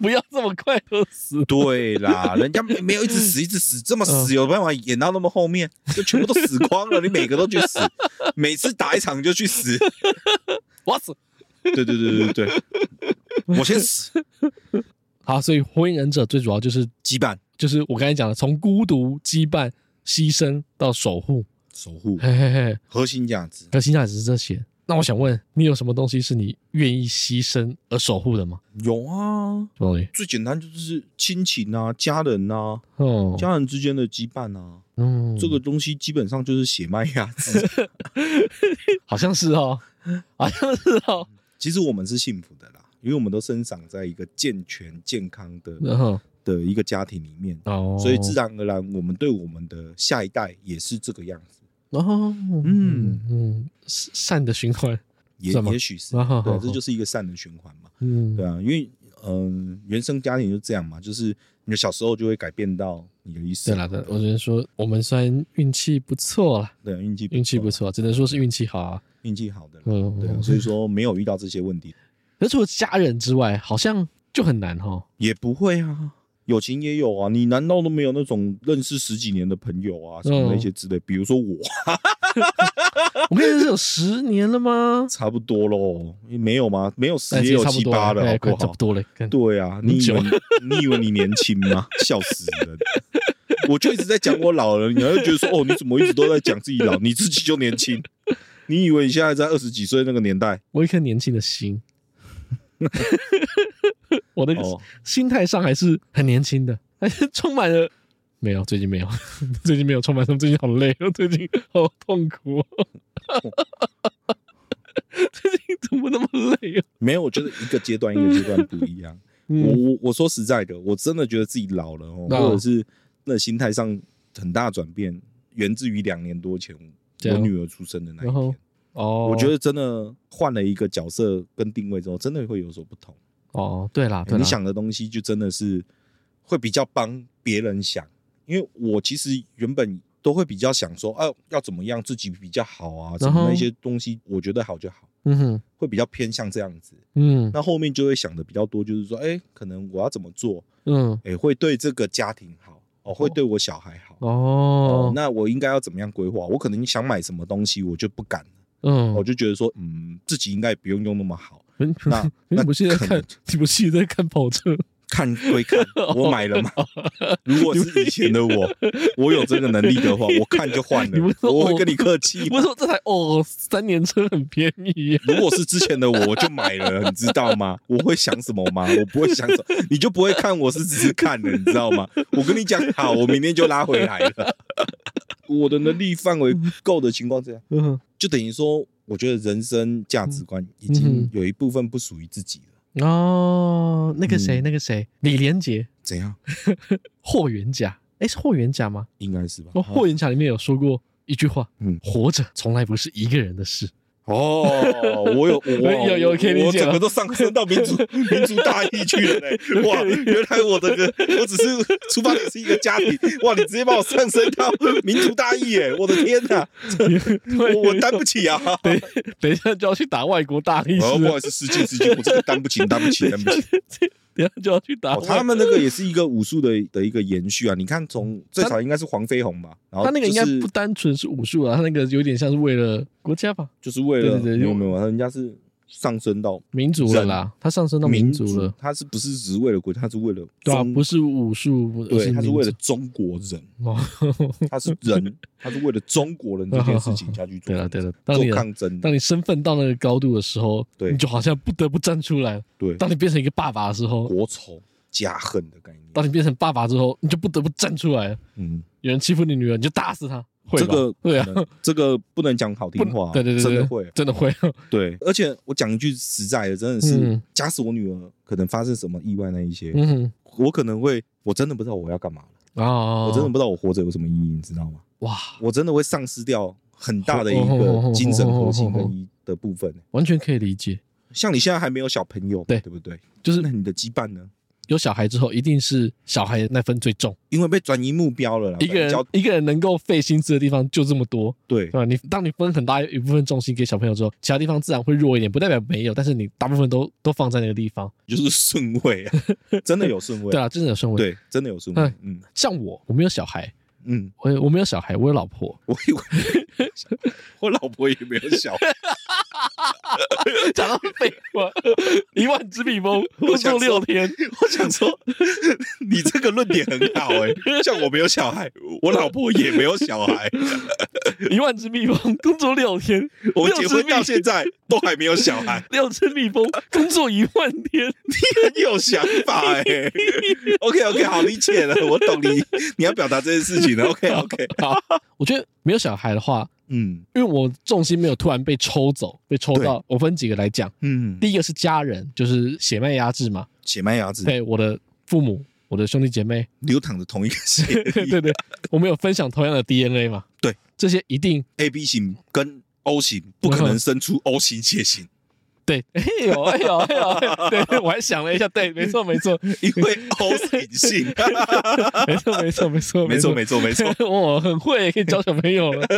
A: 不要这么快就死。
B: 对啦，人家没有一直死，一直死，这么死有办法演到那么后面，就全部都死光了，你每个都去死，每次打一场就去死，
A: 我要死。
B: 对对对对对，我先死，
A: 好，所以《火影忍者》最主要就是
B: 羁绊
A: 就是我刚才讲的，从孤独、羁绊、牺牲到守护，
B: 守护
A: 嘿嘿嘿，
B: 核心价值。
A: 核心价值是这些。那我想问，你有什么东西是你愿意牺牲而守护的吗？
B: 有啊，
A: 什么东西？
B: 最简单就是亲情啊、家人啊、
A: 哦，
B: 家人之间的羁绊啊，
A: 嗯，
B: 这个东西基本上就是血脉压制。
A: 好像是哦，好像是哦，
B: 其实我们是幸福的啦，因为我们都生长在一个健全、健康的
A: 然后
B: 的一个家庭里面，
A: 嗯哦，
B: 所以自然而然，我们对我们的下一代也是这个样子。
A: 哦，嗯
B: 嗯
A: 嗯，善善的循环，
B: 也
A: 是吗
B: 也许是
A: 啊好好
B: 对，
A: 好
B: 这就是一个善的循环嘛。
A: 嗯，
B: 对啊，因为嗯，原生家庭就这样嘛，就是你的小时候就会改变到你的一生
A: 对。啦，对啦，我只能说我们虽然运气不错啦，
B: 对啊，运气
A: 运气不错，
B: 错。
A: 只能说是运气好啊。
B: 运气好的啦，
A: 嗯
B: 对啊
A: 嗯
B: 所以说没有遇到这些问题，
A: 那除了家人之外，好像就很难哈。
B: 也不会啊，友情也有啊，你难道都没有那种认识十几年的朋友啊，什么那些
A: 嗯
B: 之类？比如说我，？
A: 我跟你说，有十年了吗
B: 差不多喽，没有吗？没有十
A: 哎
B: 也
A: 其实
B: 有
A: 差不
B: 七
A: 多
B: 八了，
A: 哎
B: 好
A: 快
B: 不
A: 差不
B: 好？
A: 多了。看
B: 对啊，你以为
A: 很
B: 你以为你年轻吗？笑死人！我就一直在讲我老了，你还会觉得说哦，你怎么一直都在讲自己老？你自己就年轻，你以为你现在在二十几岁那个年代？
A: 我有一颗年轻的 心，我的
B: 哦，
A: 心态上还是很年轻的， 还是充满了。没有，最近没有， 最近没有充满什么，最近好累，最近好痛苦、 最近怎么那么累啊？
B: 没有，我觉得一个阶段一个阶段不一样。我
A: 嗯，
B: 我我说实在的，我真的觉得自己老了哦，
A: 嗯
B: 或者是那心态上很大转变，源自于两年多前
A: 这
B: 我
A: 样
B: 女儿出生的那一
A: 然后
B: 天。
A: 哦，
B: 我觉得真的换了一个角色跟定位之后，真的会有所不同。
A: 哦，对啦，对啦，
B: 你想的东西就真的是会比较帮别人想，因为我其实原本都会比较想说，啊，要怎么样自己比较好啊，什
A: 然后
B: 么那些东西，我觉得好就好，
A: 嗯哼，
B: 会比较偏向这样子。
A: 嗯
B: 那后面就会想的比较多，就是说，哎、可能我要怎么做，
A: 嗯，
B: 诶，会对这个家庭好，哦，会对我小孩好。
A: 哦，
B: 那我应该要怎么样规划？我可能想买什么东西，我就不敢了，
A: 嗯，
B: 我就觉得说，嗯，自己应该也不用用那么好。
A: 嗯
B: 那
A: 你
B: 那
A: 不是在
B: 可
A: 看
B: 能，
A: 你不是在看跑车？
B: 看归 看，
A: 哦
B: 我买了嘛。如果是以前的我，我有这个能力的话，我看就换
A: 你不
B: 了
A: 是，说
B: 我会
A: 我
B: 跟你客气
A: 你。不是说这台哦三年车很便宜、啊
B: 如果是之前的我，我就买了，你知道吗？ 我会想什么吗？我不会想什么， 你就不会看，我是只是看了，你知道吗？我跟你讲，好，我明天就拉回来了。 我的能力范围够的情况之下，
A: 嗯，
B: 就等于说，我觉得人生价值观已
A: 嗯
B: 经
A: 哼
B: 有一部分不属于自己了。
A: 哦，那个谁，
B: 嗯
A: 那个谁，李连杰，
B: 怎样？
A: 霍元甲，哎，是霍元甲吗？哦
B: 应该是吧？啊
A: 哦，霍元甲里面有说过一句话，
B: 哦嗯
A: 活着从来不是一个人的事，
B: 哦，我有我
A: 有有可以理解
B: 我整
A: 了
B: 个都上升到民 族民族大义去了嘞！哇，原来我这个我只是出发点是一个家 庭，哇，你直接把我上升到民族大义耶！我的天哪，
A: 我
B: 我我担不起 啊！
A: 等等一下就要去打外国大力士
B: 哦，不好
A: 了，
B: 意思，失敬失敬，我真的担不起，担不 起，担不起。
A: 等一下就要去打
B: 哦，
A: 外
B: 他们那个也是一个武术的的一个延续啊！你看，从最早应该是黄飞鸿吧，然后
A: 他那个应该
B: 哦就是
A: 不单纯是武术啊，他那个有点像是为了国家吧、
B: 就是为了
A: 对对对
B: 没有没有，人家是上升到
A: 民族了啦，他上升到民族了，，
B: 他是不是只是为了国家，他是为了
A: 对啊，
B: 中
A: 不是武术，而
B: 对，他是
A: 民
B: 为了
A: 族
B: 中国人，
A: 哦，
B: 他是人，他是为了中国人这件事情下去做
A: 对啊了对了，当
B: 做
A: 你
B: 抗争，
A: 当你身份到那个高度的时候，
B: 对
A: 你就好像不得不站出来了。
B: 对
A: 当你变成一个爸爸的时候，
B: 国仇家恨的概念。
A: 当你变成爸爸之后，你就不得不站出来了。
B: 嗯，
A: 有人欺负你女儿，你就打死他，会
B: 这
A: 吧？
B: 个
A: 对啊
B: 可， 能这个不能讲好听话，
A: 对对对，
B: 真的
A: 对
B: 会，啊
A: 真的会。
B: 对。而且我讲一句实在的，真的是
A: 嗯，
B: 假使我女儿可能发生什么意外那一些，
A: 嗯
B: 我可能会，我真的不知道我要干嘛了，
A: 哼啊，
B: 我真的不知道我活着有什么意义，你知道吗？
A: 哇，
B: 我真的会丧失掉很大
A: 哦
B: 的一个精神核心跟一的部分。欸
A: 完全可以理解。
B: 像你现在还没有小朋友，
A: 对
B: 对不对？
A: 就是
B: 那你的羁绊呢？
A: 有小孩之后，一定是小孩那份最重。
B: 因为被转移目标了啦，
A: 一个人
B: 交
A: 一个人能够费心思的地方就这么多，
B: 对
A: 对吧？你当你分很大一部分重心给小朋友之后，其他地方自然会弱一点，不代表没有，但是你大部分都都放在那个地方。
B: 就是顺 位啊，真的有顺位，
A: 对啊，真的有顺位。，
B: 对，真的有顺位
A: 哎，
B: 嗯
A: 像我，我没有小孩，
B: 嗯，。
A: 我我没有小孩，我有老婆
B: 我以为我老婆也没有小，
A: 讲到废话，一万只蜜 蜂工
B: 想
A: 作
B: 说
A: 六天，
B: 我想说你这个论点很好哎，像我没有小孩，我老婆也没有 小孩，
A: 一万只蜜蜂工作六天，
B: 我
A: 六
B: 结
A: 只
B: 婚到
A: 蜜
B: 现在都还没有小孩，
A: 六只蜜蜂工作一万天，
B: 你很有想法哎、OK OK，好理解了，我懂你你要表达这件事情了。OK OK，
A: 我觉得没有小孩的话，
B: 嗯
A: 因为我重心没有突然被抽走，被抽
B: 对
A: 到。我分几个来讲，
B: 嗯，
A: 第一个是家人，就是血脉压制嘛，
B: 血脉牙齿
A: 对我的父母。我的兄弟姐妹，
B: 流淌着同一个血
A: 对对对，我们有分享同样的 DNA 嘛？
B: 对，
A: 这些一定
B: ，A B 型跟 O 型不可能生出 O 型 血型，
A: 对，哎呦哎呦哎呦，哎呦 对，我还想了一下，对，没错没 错
B: 因为 O 型性，
A: 没错没 错没错
B: 没错没错没错，
A: 我很会，可以教小朋友 了。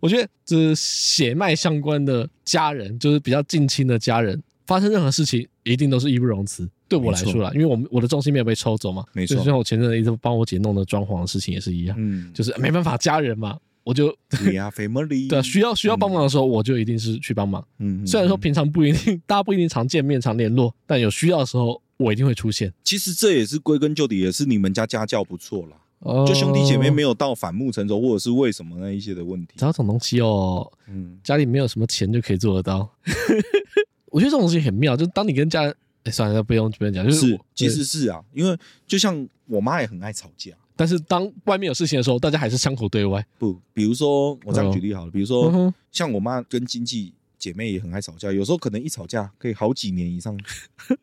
A: 我觉得这血脉相关的家人，就是比较近亲的家人，发生任何事情，一定都是义不容辞。对我来说啦，因为我们我的重心没有被抽走嘛，
B: 没错
A: 就像我前阵子一直帮我姐弄的装潢的事情也是一样，
B: 嗯，
A: 就是没办法，家人嘛，我就
B: We are family，
A: 对啊、需要需要帮忙的时候，我就一定是去帮忙。
B: 嗯，嗯
A: 虽然说
B: 嗯
A: 平常不一定，大家不一定常见面、常联络，但有需要的时候，我一定会出现。
B: 其实这也是归根究底，也是你们家家教不错啦。
A: 哦
B: 就兄弟姐妹没
A: 有，
B: 有到反目成仇，或者是为什么那一些的问题
A: 找。这种东西哦，
B: 嗯，
A: 家里没有什么钱就可以做得到。 我觉得这种东西很妙，就是当你跟家人，哎，算了，不用不用讲，就是我，
B: 其，
A: 对
B: 实是啊，因为就像我妈也很爱吵架。
A: 但是当外面有事情的时候，大家还是相口对外。
B: 不，比如说我这样举例好了，比如
A: 嗯
B: 说
A: 哼，
B: 像我妈跟亲戚姐妹也很爱吵架，有时候可能一吵架可以好几年 以上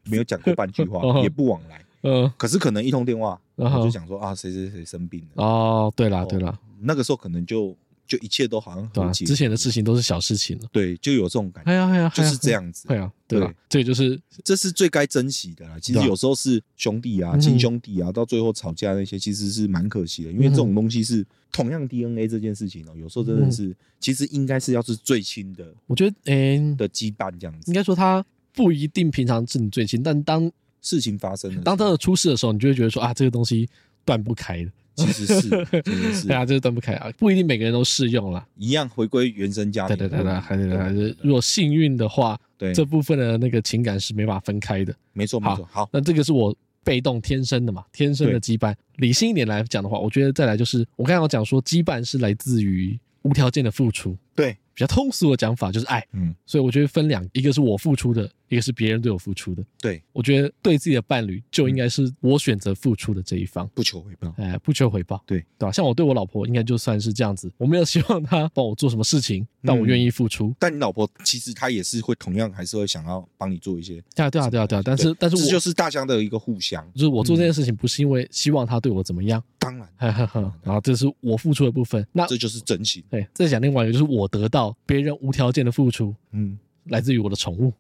B: 没有讲过半句
A: 嗯
B: 话，
A: 哼
B: 也不往来。
A: 嗯，
B: 可是可能一通电话，
A: 嗯哼
B: 我就讲说啊，谁谁谁生病了，
A: 哦，对啦
B: 哦
A: 对啦，
B: 那个时候可能就就一切都好像
A: 对
B: 和
A: 吧？
B: 解。
A: 之前的事情都是小事情了。
B: 对，就有这种感
A: 哎
B: 觉，
A: 呀哎呀，
B: 就是这
A: 样。
B: 样子
A: 对。啊，对吧
B: 对？
A: 这个就是
B: 这是最该珍惜的啦。其
A: 对
B: 实
A: 啊
B: 有时候是兄弟啊、
A: 嗯
B: 亲兄弟啊，到最后吵架那些，其实是蛮可惜的。因
A: 嗯
B: 为这种东西是同样 DNA 这件事情哦、有时候真的是，其实应该是要是最亲的
A: 我觉得，哎，
B: 的羁绊这样
A: 应
B: 子。
A: 该说他不一定平常是你最亲，但当
B: 事情发生了，
A: 当真的出事的时候，你就会觉得说啊，这个东西断不开的。
B: 其实 是真的
A: 对啊，
B: 是
A: 这个断不开啊，不一定每个人都适用啦。
B: 一样回归原生家
A: 对
B: 庭。
A: 对对对，还是还
B: 啊对
A: 是，如果幸运的话，
B: 对
A: 这部分的那个情感是没办法分开的。
B: 没错没
A: 好
B: 错。好，
A: 那这个是我被动天生的嘛，天生的羁绊。理性一点来讲的话，我觉得再来就是我刚刚有讲说，羁绊是来自于无条件的付出，
B: 对，
A: 比较通俗的讲法就是爱。
B: 嗯，
A: 所以我觉得分两，一个是我付出的，一个是别人对我付出的。
B: 对，
A: 我觉得对自己的伴侣就应该是我选择付出的这一方。
B: 不求回报。
A: 哎，不求回报，
B: 嗯对
A: 对吧、像我对我老婆，应该就算是这样子，我没有希望她帮我做什么事情，但我
B: 嗯
A: 愿意付出。
B: 但你老婆其实她也是会同样还是会想要帮你做一些，
A: 对啊，对啊，对啊，对啊。但是，但是
B: 这
A: 我
B: 就是大家的一个互相。
A: 就是我做
B: 嗯
A: 这件事情，不是因为希望她对我怎么样，
B: 当然，
A: 呵呵呵。然后这是我付出的部分。那
B: 嗯
A: 哎
B: 这就是真心。
A: 对，再讲另外一个，就是我我得到别人无条件的付出，
B: 嗯，
A: 来自于我的宠物。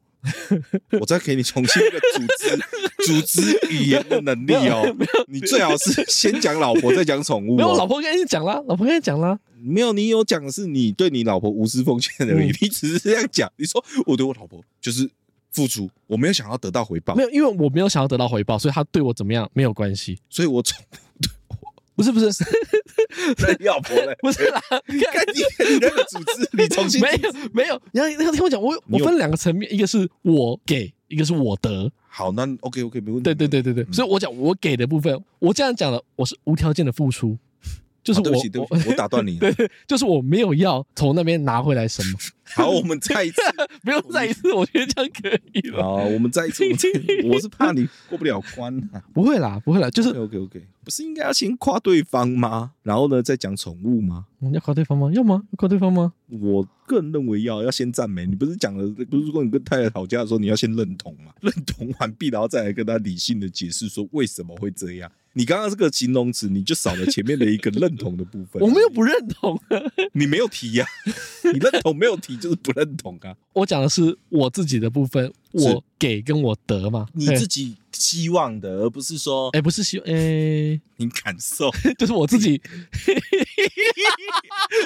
B: 我再给你重新一个组织 组织语言的能力哦。你最好是先讲老婆，再讲宠物、
A: 没有，老
B: 哦。
A: 婆跟你讲啦，老婆跟你讲啦，
B: 没有，你有讲的是你对你老婆无私奉献而已，
A: 嗯
B: 你只是这样讲。你说我对我老婆就是付出，我没有想要得到回报
A: 没，有，因为我没有想要得到回报，所以他对我怎么样没有关系。
B: 所以我宠
A: 不是不 是
B: 那你老婆嘞
A: ？不是啦，
B: 看你你那个组织，你 重新
A: 没有没有，你要你要听我讲，我我
B: 你有
A: 分两个层面，一个是我给，一个是我得。
B: 好，那 OK OK 没问题。
A: 对对对对对，
B: 嗯
A: 所以我讲我给的部分，我这样讲了，我是无条件的付出，就
B: 就
A: 我、
B: 是啊对不起对不
A: 我
B: 起，我打断你。
A: 对就是我没有要从那边拿回来什么，
B: 好，我们再一次。
A: 不用再一次，我觉得这样可以了。
B: 好，我们再一次。我们再我是怕你过不了关 啊。
A: 不会啦，不会啦，就是
B: OK OK，不是应该要先夸对方吗？然后呢，再讲宠物吗？
A: 嗯要夸对方吗？要吗？要夸对方吗？
B: 我个人认为要要先赞美。你不是讲了，不是如果你跟太太吵架的时候，你要先认同嘛？ 认同完毕，然后再来跟他理性的解释说为什么会这样。你刚刚这个形容词，你就少了前面的一个认同的部分。
A: 我们又不认同。
B: 你没有提呀、 你认同没有提就是不认同 啊。
A: 我讲的是我自己的部分，
B: 是
A: 我给跟我得嘛。
B: 你自己希望的，而不是说
A: 哎、不是希望，哎、
B: 你感受。
A: 就是我自己。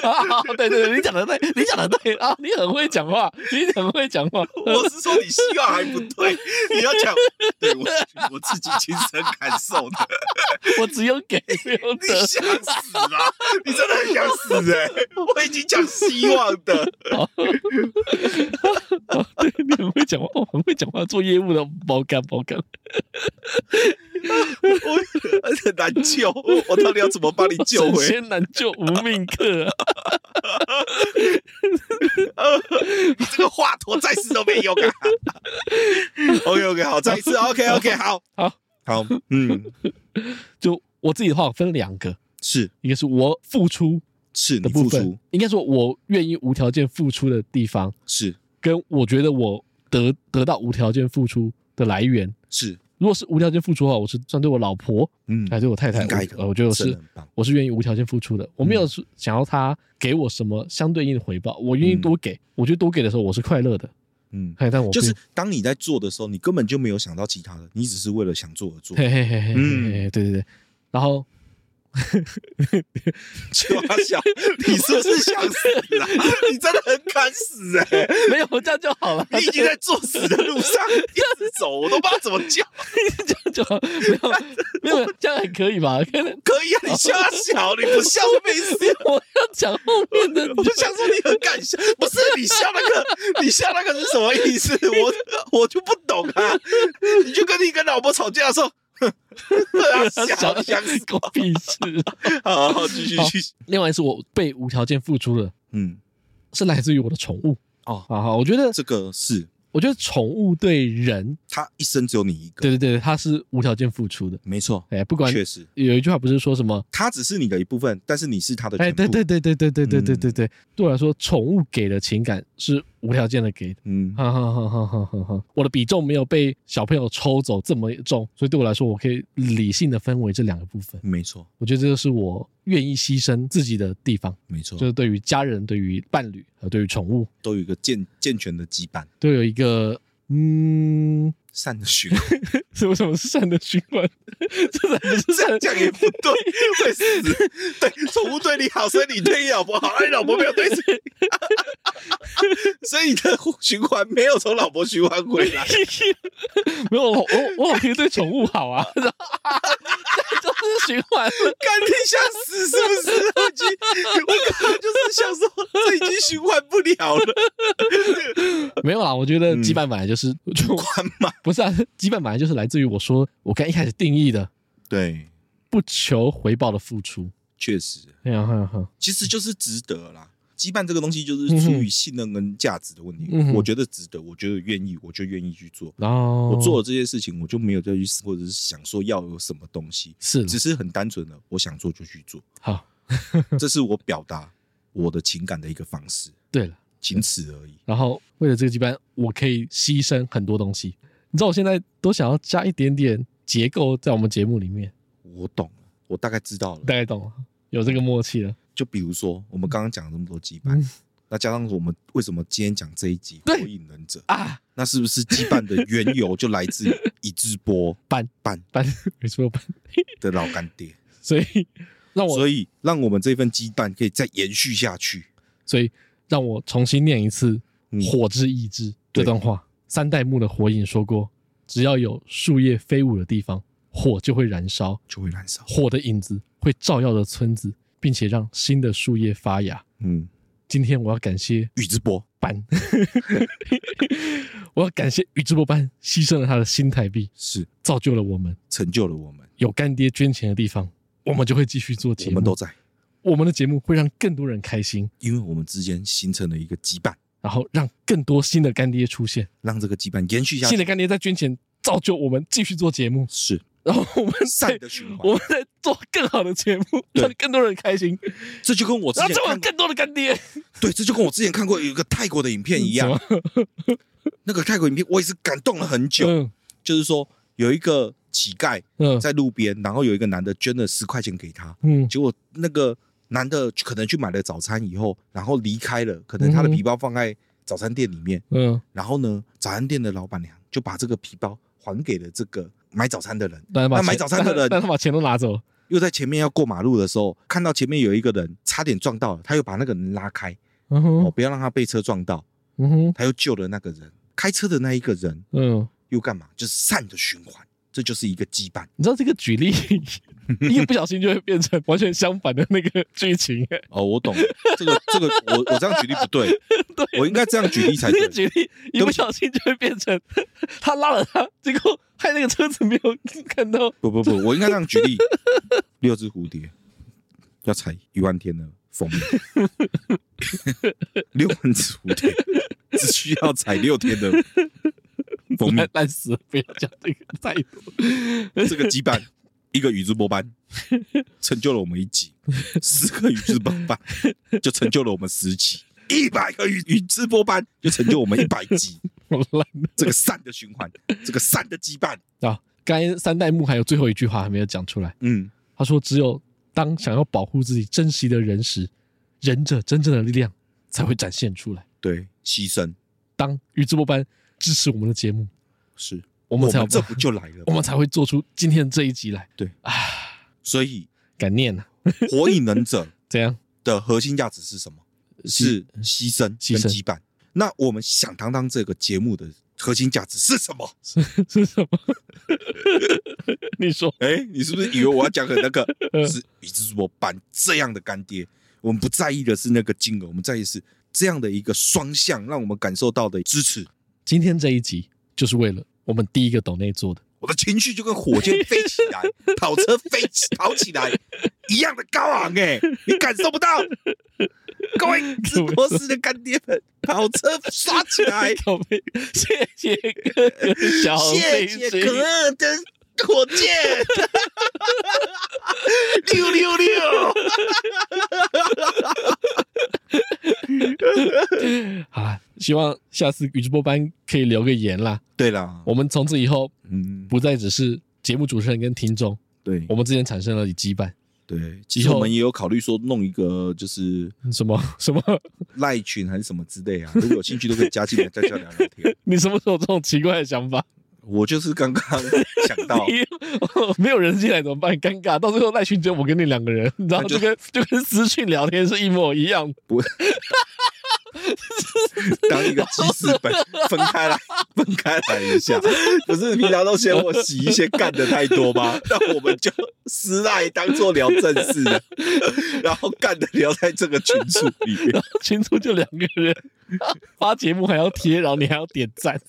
A: 啊，对对对，你讲的对，你讲的对啊，你很会讲话，你很会讲话。
B: 我是说你希望还不对，你要讲对我我自己亲身感受的。
A: 我只有给，没有
B: 你
A: 得。
B: 想死啊！ 你真的很想 死哎、我已经讲希望的，
A: 哦对你很会讲话，哦，很会讲话，做业务的包干包干。
B: 我很难救，我到底要怎么帮你救
A: 神
B: 回？
A: 仙难救无命客、啊。
B: 你这个话头再试都没用啊！OK OK，好，再一次 OK OK，好，
A: 好，
B: 好，嗯，
A: 就我自己的话，我分两个，
B: 是
A: 一个是我付出
B: 是，
A: 的
B: 你
A: 部
B: 付
A: 分
B: 出，
A: 应该说我愿意无条件付出的地方，
B: 是
A: 跟我觉得我得得到无条件付出的来源。
B: 是，
A: 如果是无条件付出的话，我是算对我老婆，
B: 嗯
A: 哎，对我太太，
B: 应该
A: 我
B: 的
A: 呃我觉得我
B: 真
A: 是
B: 的很嗯棒
A: 我是愿意无条件付出的，我没有是想要她给我什么相对应的回报，我愿意多给，我觉得多给的时候我是快乐的，
B: 嗯，
A: 哎，但我
B: 就是
A: 并
B: 当你在做的时候，你根本就没有想到其他的，你只是为了想做而做，
A: 嘿嘿嘿嘿，
B: 嗯
A: 嗯，对对对，然后
B: 就要想，你是不是想死 啊？你真的很敢死哎、
A: 没有这样就好了，
B: 你已经在作死的路上一直走，我都不知道怎么叫。
A: 这样 就好，没有没有这样还可以吧？可能
B: 可以啊，你笑啊笑，你不笑就没事。
A: 我要讲后面的，
B: 我就想说你很敢笑，不是你笑那个，你 笑那个是什么意思？我我就不懂啊！你就跟你跟老婆吵架的时候， 哼，笑
A: 小
B: 想死
A: 狗屁事。
B: 好好继续
A: 好
B: 继续，
A: 另外是我被无条件付出的，
B: 嗯，
A: 是来自于我的宠物
B: 哦，
A: 啊。哈我觉得，
B: 这个是
A: 我觉得宠物对人，
B: 他一生只有你一个，
A: 对对对，它是无条件付出的。
B: 没错，
A: 哎，不管
B: 确实，
A: 有一句话不是说什么？
B: 他只是你的一部分，但是你是他的全
A: 哎，
B: 部。
A: 对对对对对对对对
B: 嗯
A: 对对，对我来说，宠物给的情感是无条件的给的。
B: 嗯，
A: 哈哈哈哈哈哈哈！我的比重没有被小朋友抽走这么重，所以对我来说，我可以理性的分为这两个部分。
B: 没错，
A: 我觉得这就是我愿意牺牲自己的地方，
B: 没错
A: 就，是对于家人、对于伴侣和对于宠物，
B: 都有一个健健全的羁绊，
A: 都有一个嗯，
B: 善的循环。
A: 什么什么是善的循环， 这才不是
B: 这
A: 善
B: 样讲也不对，会死。对，宠物对你好，所以你对你老婆好，而你老婆没有对你， 所以你的循环没有从老婆循环回来。
A: 没有我我我老可以对宠物好啊，然后这就是循环了。
B: 干你想死是不是？我已经，我刚刚就是想说，这已经循环不了了，
A: 没有啦，我觉得
B: 嗯
A: 羁绊本来就是，
B: 关嘛。
A: 不是啊，羁绊本来就是来自于我说我刚一开始定义的
B: 对，
A: 不求回报的付出。
B: 确实，
A: 哎呀哈哈，
B: 其实就是值得啦。羁绊这个东西就是出于信任跟价值的问题。
A: 嗯嗯哼哦
B: 我觉得值得，我觉得愿意，我就愿意去做。
A: 然后
B: 我做了这些事情，我就没有再去思，或者是想说要有什么东西。
A: 是
B: 只是很单纯的，我想做就去 做，
A: 好，
B: 这是我表达我的情感的一个方式，
A: 对了。
B: 仅此而已。
A: 然后为了这个羁绊，我可以牺牲很多东西。你知道我现在都想要加一点点结构在我们节目里面，
B: 我懂了，我大概知道
A: 你大
B: 了。
A: 概懂了，有这个默契了。
B: 就比如说，我们刚刚讲了那么多羁绊，
A: 嗯
B: 那加上我们为什么今天讲这一集《
A: 对
B: 火影忍者》，
A: 啊，
B: 那是不是羁绊的缘由就来自于一之波
A: 板
B: 板
A: 班没错班，
B: 的老干爹？
A: 所以让我
B: 所以让我们这份羁绊可以再延续下去。
A: 所以让我重新念一次
B: 嗯
A: 《火之意志》这
B: 对
A: 段话。三代目的火影说过，只要有树叶飞舞的地方，火就会燃烧，
B: 就会燃烧。
A: 火的影子会照耀着村子，并且让新的树叶发芽。
B: 嗯，
A: 今天我要感谢
B: 宇智波，
A: 班，我要感谢宇智波班牺牲了他的新台币，
B: 是
A: 造就了我们。
B: 成就了我们，
A: 有干爹捐钱的地方，我们就会继续做节
B: 我
A: 目。
B: 们都在，
A: 我们的节目会让更多人开心，
B: 因为我们之间形成了一个羁绊，
A: 然后让更多新的干爹出现。
B: 让这个羁绊延续下
A: 新的
B: 去，
A: 干爹在捐钱，造就我们继续做节目，
B: 是
A: 然后我们
B: 善
A: 在
B: 的循
A: 我
B: 环
A: 们。在做更好的节目，
B: 对
A: 让更多人开心，
B: 这就跟我之
A: 然后
B: 前
A: 就会有
B: 看过，
A: 更多的干爹
B: 对，这就跟我之前看过有一个泰国的影片一样，
A: 嗯什么
B: 那个泰国影片我也是感动了很久。
A: 嗯
B: 就是说有一个乞丐
A: 嗯
B: 在路边，然后有一个男的捐了十块钱给他，
A: 嗯
B: 结果那个男的可能去买了早餐以后，然后离开了，可能他的皮包放在早餐店里面，
A: 嗯，
B: 然后呢，早餐店的老板娘就把这个皮包还给了这个买早餐的人。
A: 但是把
B: 那
A: 钱
B: 买早餐的人
A: 但是把钱都拿走了，
B: 又在前面要过马路的时候，看到前面有一个人差点撞到了，他又把那个人拉开，
A: 嗯
B: 哦，
A: 哼
B: 不要让他被车撞到，
A: 嗯哼
B: 他又救了那个人。开车的那一个人
A: 嗯，
B: 又干嘛？就是善的循环，这就是一个羁绊。
A: 你知道这个举例， 一不小心就会变成完全相反的那个剧情，哎
B: 哦，我懂了，这个这个，我我这样举例不对，
A: 对，
B: 我应该这样举例才
A: 那个
B: 对。
A: 举例一
B: 对
A: 不
B: 不起
A: 小心就会变成他拉了他，结果害那个车子没有看到，
B: 不不不，我应该这样举例。 六只蝴蝶要采一万天的蜂蜜，六万只蝴蝶只需要采六天的 蜂蜜
A: 烂。烂死了！不要讲这个太多。
B: 这个羁绊，一个宇智波斑成就了我们一集，十个宇智波斑就成就了我们十集，一百个宇宇智波斑就成就我们一百集。
A: 好烂
B: 这个善的循环，这个善的羁绊，
A: 啊！刚才三代目还有最后一句话还没有讲出来，
B: 嗯，
A: 他说：“只有当想要保护自己、珍惜的人时，忍者真正的力量才会展现出来。
B: 对，牺牲
A: 当宇智波斑支持我们的节 目，
B: 是
A: 我
B: 我
A: 们才有
B: 这不就来了
A: 我
B: 吗？
A: 们才会做出今天这一集来。
B: 对
A: 啊，
B: 所以，
A: 感念呐、啊，
B: 《 火影忍者》
A: 怎样？
B: 的核心价值是什么？是牺牲
A: 牺
B: 跟
A: 牲
B: 羁绊。那我们响当当这个节目的核心价值是什么？
A: 是是什么？ 你说
B: 哎、你是不是以为我要讲很 那个
A: 嗯
B: 是宇智波斑这样的干爹？我们不在意的是那个金额，我们在意是这样的一个双向，让我们感受到的支持。
A: 今天这一集就是为了我们第一个抖内做的。”
B: 我的情绪就跟火箭飞起来，跑车飞起跑起来一样的高昂哎、你感受不到？各 位直播室的干爹们，跑车刷起 来！
A: 小飞，谢谢哥哥小
B: 谢
A: 飞
B: 谢
A: 机
B: 可乐的火箭， 六六六！
A: 好啦，希望下次宇智波班可以留个言啦。
B: 对啦，
A: 我们从此以后
B: 嗯，
A: 不再只是节目主持人跟听众，
B: 对
A: 我们之间产生了羁绊。
B: 对，其实我们也有考虑说弄一个就是
A: 什么 什么？
B: 赖群还是什么之类啊，如果有兴趣都可以加进来，大家聊聊天。
A: 你什么时候有这种奇怪的想法？
B: 我就是刚刚想 到，
A: 你
B: 哦
A: 没有人进来怎么办？尴尬，到最后赖群只有我跟你两个人，你知道，
B: 那
A: 就
B: 就
A: 跟就跟私讯聊天是一模一样的。
B: 当一个记事本分开来，分开来一下，不是平常都嫌我洗一些干的太多吗？那我们就私赖当做聊正事的，然后干的聊在这个群组里面。
A: 群组就两个人， 发节目还要贴，然后你还要点 赞。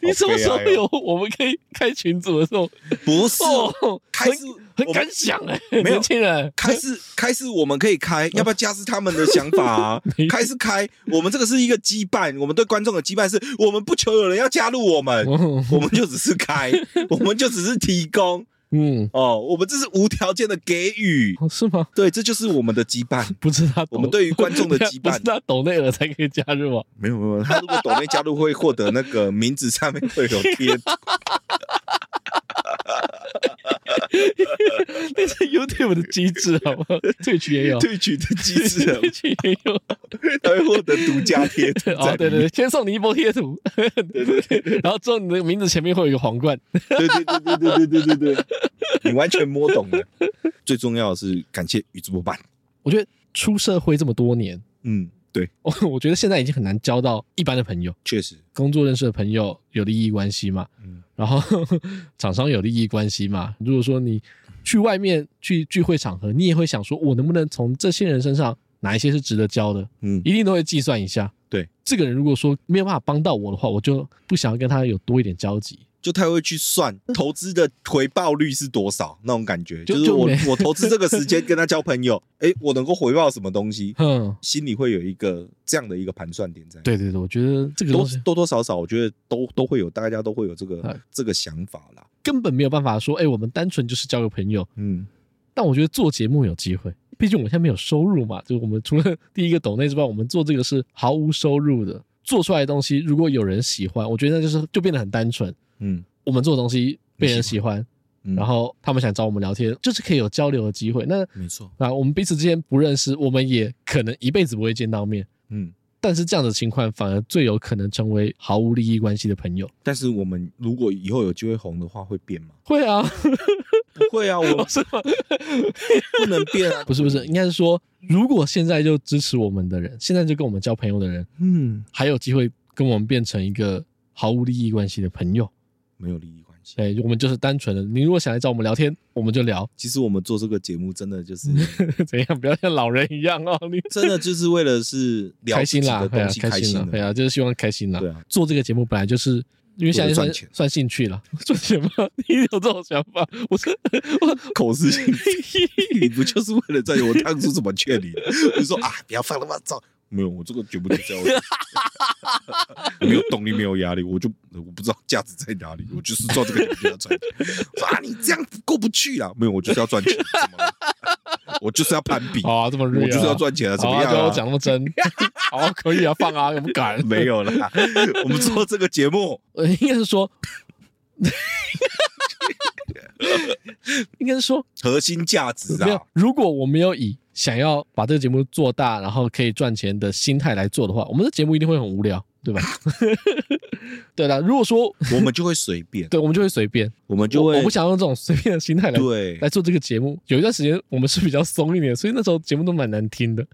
A: 你什么时候有我们可以开群组的时候？
B: 不哦是，
A: 哦，
B: 开始
A: 很
B: 我
A: 很
B: 们
A: 敢想哎、
B: 没有
A: 年轻人，
B: 开始开始我们可以开，要不要加是他们的想法啊
A: 嗯 没？
B: 开是开，我们这个是一个羁绊，我们对观众的羁绊是我们不求有人要加入我们，
A: 哦
B: 我们就只是 开，我们就只是提供
A: 嗯，
B: 哦，我们这是无条件的给予，
A: 哦是吗？
B: 对，这就是我们的羁绊。
A: 不是他抖，
B: 我们对于观众的 羁
A: 不是
B: 绊，
A: 他抖内了才可以加入啊。
B: 没有没有，他如果抖内加入会获得那个名字上面会有贴，
A: 那是 YouTube 的机制好吗？退群 也有，
B: 退群的机制啊，
A: 退群也有。
B: 他会获得独家贴图
A: 哦，对对对，先送你一波贴图， 然后之后你的名字前面会有一个皇冠。
B: 对对对对对对对对对，你完全摸懂了。最重要的是感谢宇智波板，
A: 我觉得出社会这么多年，
B: 嗯，对，
A: 我我觉得现在已经很难交到一般的朋友，
B: 确实，
A: 工作认识的朋友有利益关系嘛，
B: 嗯，
A: 然后厂商有利益关系嘛。如果说你去外面去聚会场合，你也会想说，我能不能从这些人身上哪一些是值得交的，
B: 嗯，
A: 一定都会计算一下。
B: 对，
A: 这个人如果说没有办法帮到我的话，我就不想要跟他有多一点交集。
B: 就他会去算投资的回报率是多少那种感觉，
A: 就
B: 就是我
A: 就没
B: 我投资这个时间跟他交朋友， 哎，我能够回报什么东西，
A: 哼，
B: 心里会有一个这样的一个盘算点在。
A: 对对对，我觉得这个
B: 多
A: 东西
B: 多多少少，我觉得都都会有，大家都会有这个
A: 哎
B: 这个想法啦。
A: 根本没有办法说，哎、我们单纯就是交个朋友。
B: 嗯，
A: 但我觉得做节目有机会，毕竟我们现在没有收入嘛，就是我们除了第一个抖内之外，我们做这个是毫无收入的。做出来的东西，如果有人喜欢，我觉得那就是就变得很单纯。
B: 嗯，
A: 我们做的东西被人喜欢，
B: 嗯
A: 然后他们想找我们聊天，就是可以有交流的机会。那
B: 没错，
A: 那我们彼此之间不认识，我们也可能一辈子不会见到面，
B: 嗯，
A: 但是这样的情况反而最有可能成为毫无利益关系的朋友。
B: 但是我们如果以后有机会红的话，会变吗？
A: 会啊，
B: 不会啊，我 们
A: 是吗？
B: 不能变啊。
A: 不是不是，应该是说，如果现在就支持我们的人，现在就跟我们交朋友的人，
B: 嗯，
A: 还有机会跟我们变成一个毫无利益关系的朋友。
B: 没有利益关系。
A: 对，我们就是单纯的，你如果想来找我们聊天，我们就聊，
B: 其实我们做这个节目，真的就是，
A: 怎样？不要像老人一样哦，你
B: 真的就是为了是聊
A: 开
B: 自己
A: 心啦，
B: 的
A: 对啊
B: 东，西，
A: 开
B: 开
A: 心啦，对
B: 的。
A: 啊，就是希望开心啦。
B: 对啊，
A: 做这个节目本来就是。因为现在
B: 为了赚
A: 算
B: 钱
A: 算兴趣 了，赚钱吗？你有这种想法？我是 我，
B: 口是心非，你不就是为了赚钱？我当初怎么劝你的？ 我就说啊，不要放那么早。没有，我这个绝不是这样。 没有动力，没有压力，我就我不知道价值在哪里，我就是做这个节目就要赚钱。 我说啊，你这样过不去啊！没有，我就是要赚钱，怎么了？ 我就是要攀比，
A: 好啊，这么热，
B: 我就是要赚钱啊，怎
A: 好
B: 么
A: 啊，
B: 样、
A: 不
B: 啊？
A: 要讲那么 真，好啊，可以啊，放啊，我们 敢？
B: 没有啦，我们做这个节目，
A: 呃，应该是说， 应该是说
B: 核心价值
A: 没有
B: 啊，。
A: 如果我没有以想要把这个节目做大，然后可以赚钱的心态来做的话，我们的节目一定会很无聊，对 吧？对啦，如果说
B: 我们就会随便，
A: 对，我们就会随便，
B: 我们就
A: 我
B: 会
A: 我不想用这种随便的心态来
B: 对
A: 来做这个节目。有一段时间我们是比较松一点，所以那时候节目都蛮难听的。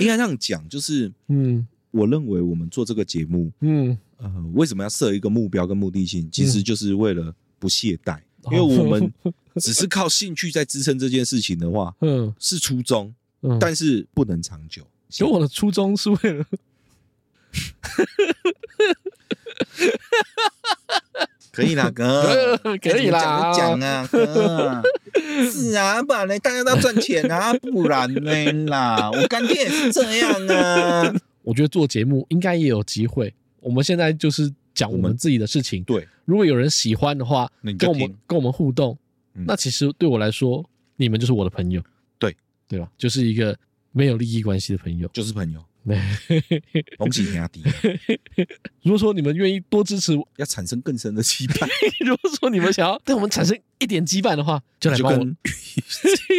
B: 应该这样讲，就是
A: 嗯
B: 我认为我们做这个节目，
A: 嗯，
B: 呃，为什么要设一个目标跟目的性，其实就是为了不懈怠，
A: 哦
B: 因为我 们只是靠兴趣在支撑这件事情的话，
A: 嗯
B: 是初衷，
A: 嗯，
B: 但是不能长久。
A: 其实我的初衷是为了。，
B: 可以 啦，哥
A: 可以啦
B: 哎怎么讲就讲啊，哥。是啊，不然嘞，大家都要赚钱啊，不然嘞啦，我干爹也是这样啊。
A: 我觉得做节目应该也有机会。我们现在就是讲我
B: 我
A: 们
B: 们
A: 自己的事情，
B: 对，
A: 如果有人喜欢的话
B: 那你，就
A: 跟我们
B: 听
A: 跟我们互动，
B: 嗯
A: 那其实对我来说，你们就是我的朋友，
B: 对
A: 对吧？就是一个没有利益关系的朋友。
B: 就是朋 友，
A: 对
B: 恭喜你啊，迪，
A: 如果说你们愿意多支持，我，
B: 要产生更深的期盼，
A: 如果说你们想要对我们产生一点羁绊的话，就来
B: 就
A: 帮我。
B: 跟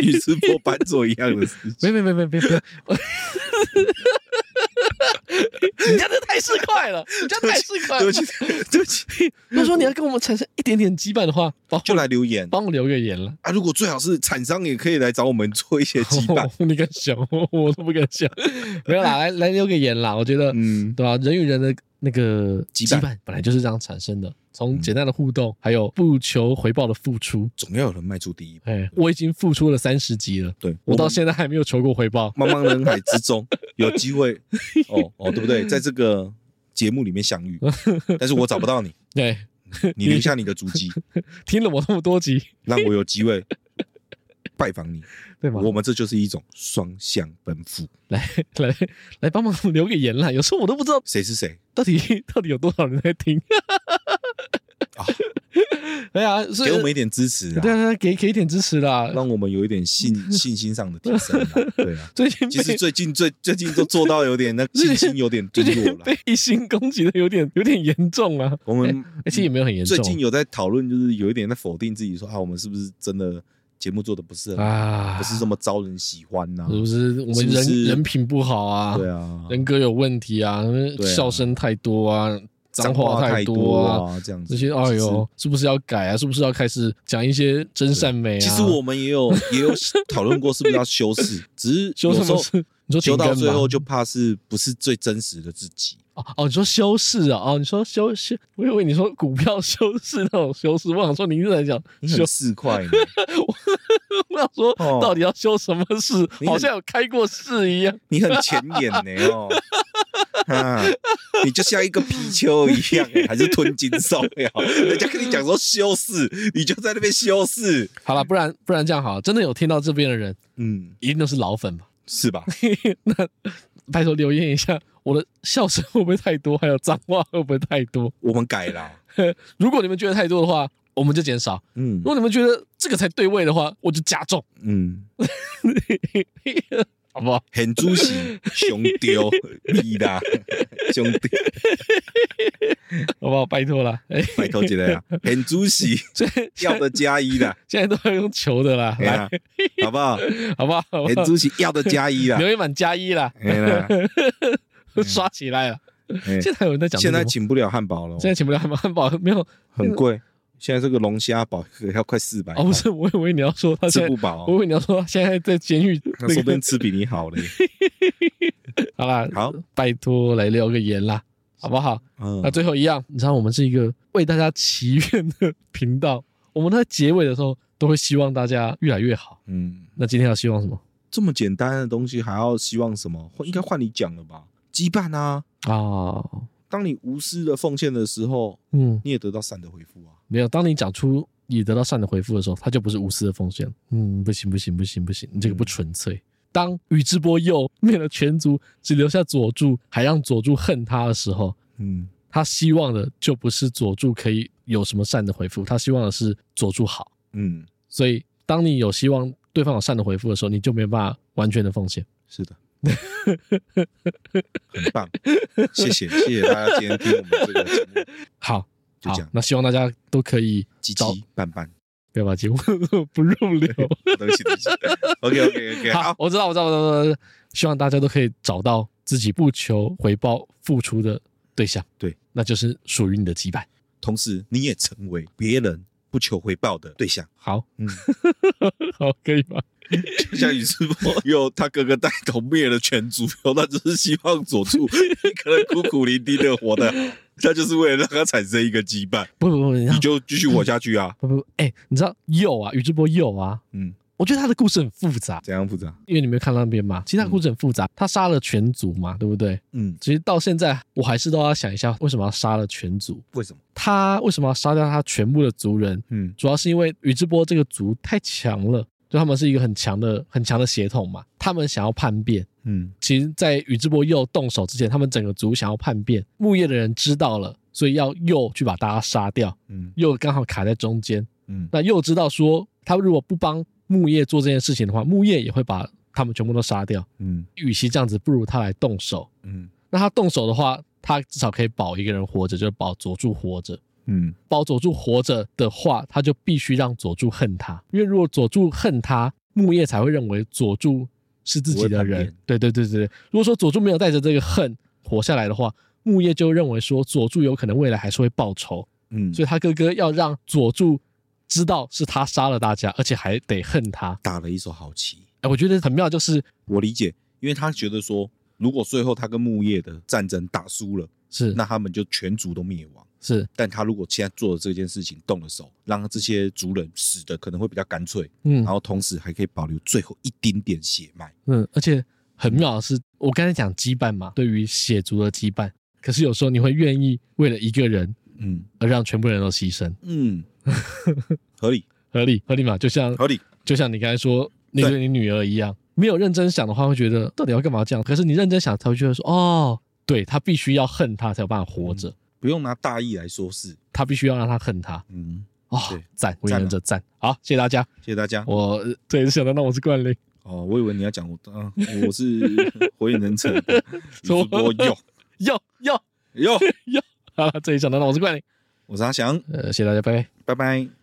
B: 宇智波斑做一样的事情。
A: 没没没没没不 要！你家这太市侩了，你家太市侩
B: 对不
A: 了。
B: 起，对不起，
A: 如果说你要跟我们产生一点点羁绊的话，帮
B: 就来留 言
A: 帮我留个言了。。
B: 啊！如果最好是厂商也可以来找我们做一些羁绊
A: 你敢想，我我都不敢想。没有啦，来来留个言啦。我觉得，
B: 嗯，
A: 对吧、啊人与人的那个
B: 羁绊嗯
A: 绊本来就是这样产生的，从简单的互动，还有不求回报的付出。
B: 总要有人迈出第一步。
A: 哎，我已经付出了三十集了，
B: 对
A: 我到
B: 们
A: 现在还没有求过回报。
B: 茫茫人海之中 有机会，哦哦，对不对？在这个节目里面 相遇，但是我找不到你，
A: 对，
B: 你留下你的足迹，
A: 听了我那么多集，
B: 让我有机会拜访你。
A: 对吗？
B: 我们这就是一种双向奔赴，
A: 来 来来，帮忙留个言啦。有时候我都不知道
B: 谁是谁
A: 到底到底有多少人在听。
B: 啊？
A: 哎呀，所以
B: 给我们一点支持
A: 对对
B: 啊，
A: 对，给给一点支持啦。
B: 让我们有一 点信信心上的提升啊。对啊，
A: 最近
B: 其实
A: 被
B: 最近最最近都做到有点那
A: 最近
B: 信心有点低
A: 最近
B: 落了。
A: 被异星攻击的有点有点严重啊，
B: 我们
A: 而且也没有很严重。
B: 最近有在讨论，就是有一点在否定自己说啊，我们是不是真的节目做的不是很好，
A: 啊，
B: 不是这么招人喜欢呐？
A: 是不是我
B: 是
A: 们
B: 不
A: 人
B: 是
A: 人品不好啊？
B: 对啊，
A: 人格有问题啊，
B: 对啊
A: 笑声太多啊，脏话
B: 太
A: 多啊，
B: 啊，这样子
A: 这些哎
B: 其实
A: 呦，是不是要改啊？是不是要开始讲一些真善美啊？
B: 其实我们也有 也有讨论过，是不是要修 饰？只是
A: 修
B: 有
A: 什
B: 时
A: 么
B: 候
A: 事？你说
B: 修
A: 停
B: 到
A: 更
B: 最
A: 吧
B: 后就怕是不是最真实的自己。
A: 哦哦，你说修饰啊？哦，你说修饰，我以为你说股票修饰那种修饰，我想说你一直在讲
B: 你
A: 修
B: 很，市侩呢，
A: 我想说
B: 哦
A: 到底要修什么饰，
B: 你很
A: 好像有开过市一样。
B: 你很前沿呢 哦。啊，你就像一个貔貅一 样欸，还是吞金兽呀？人家跟你讲说修饰，你就在那边修饰，
A: 好了，不然不然这样好了，真的有听到这边的人，
B: 嗯，
A: 一定都是老粉吧？
B: 是吧？
A: 那拜托留言一下，我的笑声会不会太多？还有脏话会不会太多？
B: 我们改了，
A: 如果你们觉得太多的话，我们就减少；
B: 嗯
A: 如果你们觉得这个才对味的话，我就加重，
B: 嗯，
A: 好 不好？
B: 很主席熊丢 你啦，兄弟，
A: 好不好？拜托 啦！哎、
B: 拜托起来啊，很主席
A: 所以
B: 要的加一啦，
A: 现在都要用求的啦，
B: 哎
A: 来，
B: 呀，哎好不好？
A: 好不好？好不
B: 很
A: 好？
B: 主席要的加一 啦
A: 留，言板加一啦，
B: 哎呀，
A: 刷起来了。
B: 嗯哎
A: 现在有人在讲这个
B: 现
A: 吗，
B: 在请不了汉堡了，哦
A: 现在请不了汉堡，没有
B: 很贵，现在这个龙虾堡要快四百，
A: 哦，不是，啊哦我以为你要说他现在
B: 吃不，饱哦
A: 我以，为你要说他现在在监狱
B: 那说
A: 那
B: 不定
A: 个。
B: 吃比你好嘞。
A: 好啦，
B: 好，
A: 拜托来留个言啦，好不好？
B: 嗯
A: 那，最后一样，你知道我们是一个为大家祈愿的频道，我们在结尾的时候都会希望大家越来越好。
B: 嗯，
A: 那今天要希望什么
B: 这么简单的东西还要希望什么？应该换你讲了吧？羁绊啊，
A: 啊、
B: 当你无私的奉献的时候，
A: 嗯，
B: 你也得到善的回复啊。
A: 没有。当你讲出你得到善的回复的时候，它就不是无私的奉献。嗯，不行不行不行不行，你这个不纯粹。当宇智波鼬灭了全族，只留下佐助，还让佐助恨他的时候，
B: 嗯，
A: 他希望的就不是佐助可以有什么善的回复，他希望的是佐助好。
B: 嗯，
A: 所以，当你有希望对方有善的回复的时候，你就没办法完全的奉献。
B: 是的，很棒，谢谢谢谢大家今天听我们这个节目，
A: 好，
B: 就
A: 好
B: 这样，
A: 那希望大家都可以
B: 唧
A: 找
B: 唧绊绊，
A: 不要把节目不入流。
B: 对不起对不起，OK OK OK，
A: 好
B: 好，，
A: 我知道，我知道，我知道我知道，希望大家都可以找到自己不求回报付出的对象，
B: 对，
A: 那就是属于你的羁绊。
B: 同时你也成为别人不求回报的对象，
A: 好，
B: 嗯，
A: 好，可以吧？
B: 就像宇 智波鼬他哥哥带头灭了全族，他只是希望佐助 一个人孤苦伶仃的活的，他就是为了让他产生一个羁绊，
A: 不不不，你知
B: 你
A: 道
B: 就继续活下去啊，
A: 不不，哎、你知道佑啊，宇智波佑啊，
B: 嗯，
A: 我觉得他的故事很复杂，
B: 怎样复杂？
A: 因为你没有看到那边嘛，其实他的故事很复杂，他杀了全族嘛，对不对？
B: 嗯，
A: 其实到现在，我还是都要想一下，为什么要杀了全族？
B: 为什么？
A: 他为什么要杀掉他全部的族人？
B: 嗯
A: 主要是因为宇智波这个族太强了，就他们是一个很强的、很强的血统嘛，他们想要叛变。
B: 嗯
A: 其实，在宇智波鼬动手之前，他们整个族想要叛变，木叶的人知道了，所以要鼬去把大家杀掉。
B: 嗯
A: 鼬刚好卡在中间，
B: 嗯
A: 那鼬知道说，他如果不帮木叶做这件事情的话，木叶也会把他们全部都杀掉。
B: 嗯
A: 与其这样子，不如他来动手。
B: 嗯
A: 那他动手的话，他至少可以保一个人活着，就是保佐助活着。
B: 嗯
A: 保佐助活着的话，他就必须让佐助恨他，因为如果佐助恨他，木叶才会认为佐助是自己的
B: 不会叛
A: 人
B: 变。
A: 对对对对对，如果说佐助没有带着这个恨活下来的话，木叶就认为说佐助有可能未来还是会报仇，
B: 嗯，
A: 所以他哥哥要让佐助知道是他杀了大家，而且还得恨他。
B: 打了一手好棋。
A: 哎，我觉得很妙，就是
B: 我理解，因为他觉得说，如果最后他跟木叶的战争打输了，
A: 是
B: 那他们就全族都灭亡。
A: 是
B: 但他如果现在做了这件事情，动了手，让这些族人死的可能会比较干脆，
A: 嗯
B: 然后同时还可以保留最后一丁点血脉。
A: 嗯，而且很妙的是，我刚才讲羁绊嘛，对于血族的羁绊，可是有时候你会愿意为了一个人
B: 嗯
A: 而让全部人都牺牲。
B: 嗯，合理
A: 合理合理嘛，就像
B: 合理。
A: 就像你刚才说，你
B: 对
A: 对你女儿一样，没有认真想的话，会觉得到底要干嘛这样？可是你认真想，才会觉得说，哦，对他
B: 嗯
A: 必须要恨他才有办法活着，
B: 不用拿大义来说事。
A: 他必须要让他恨他，
B: 嗯，
A: 哦
B: 对，
A: 赞，为
B: 赞
A: 难
B: 啊
A: 者赞，好，谢谢大家。
B: 谢谢大家。
A: 我呃这也是想到，那我是冠霖，
B: 哦，我以为你要讲我， 嗯，我是火影忍者的
A: 什么
B: 主 播哟
A: 哟哟，
B: 哟，
A: 好了，这也想到，那我是冠霖，
B: 我是阿翔，
A: 呃，谢谢大家，拜拜。
B: 拜拜。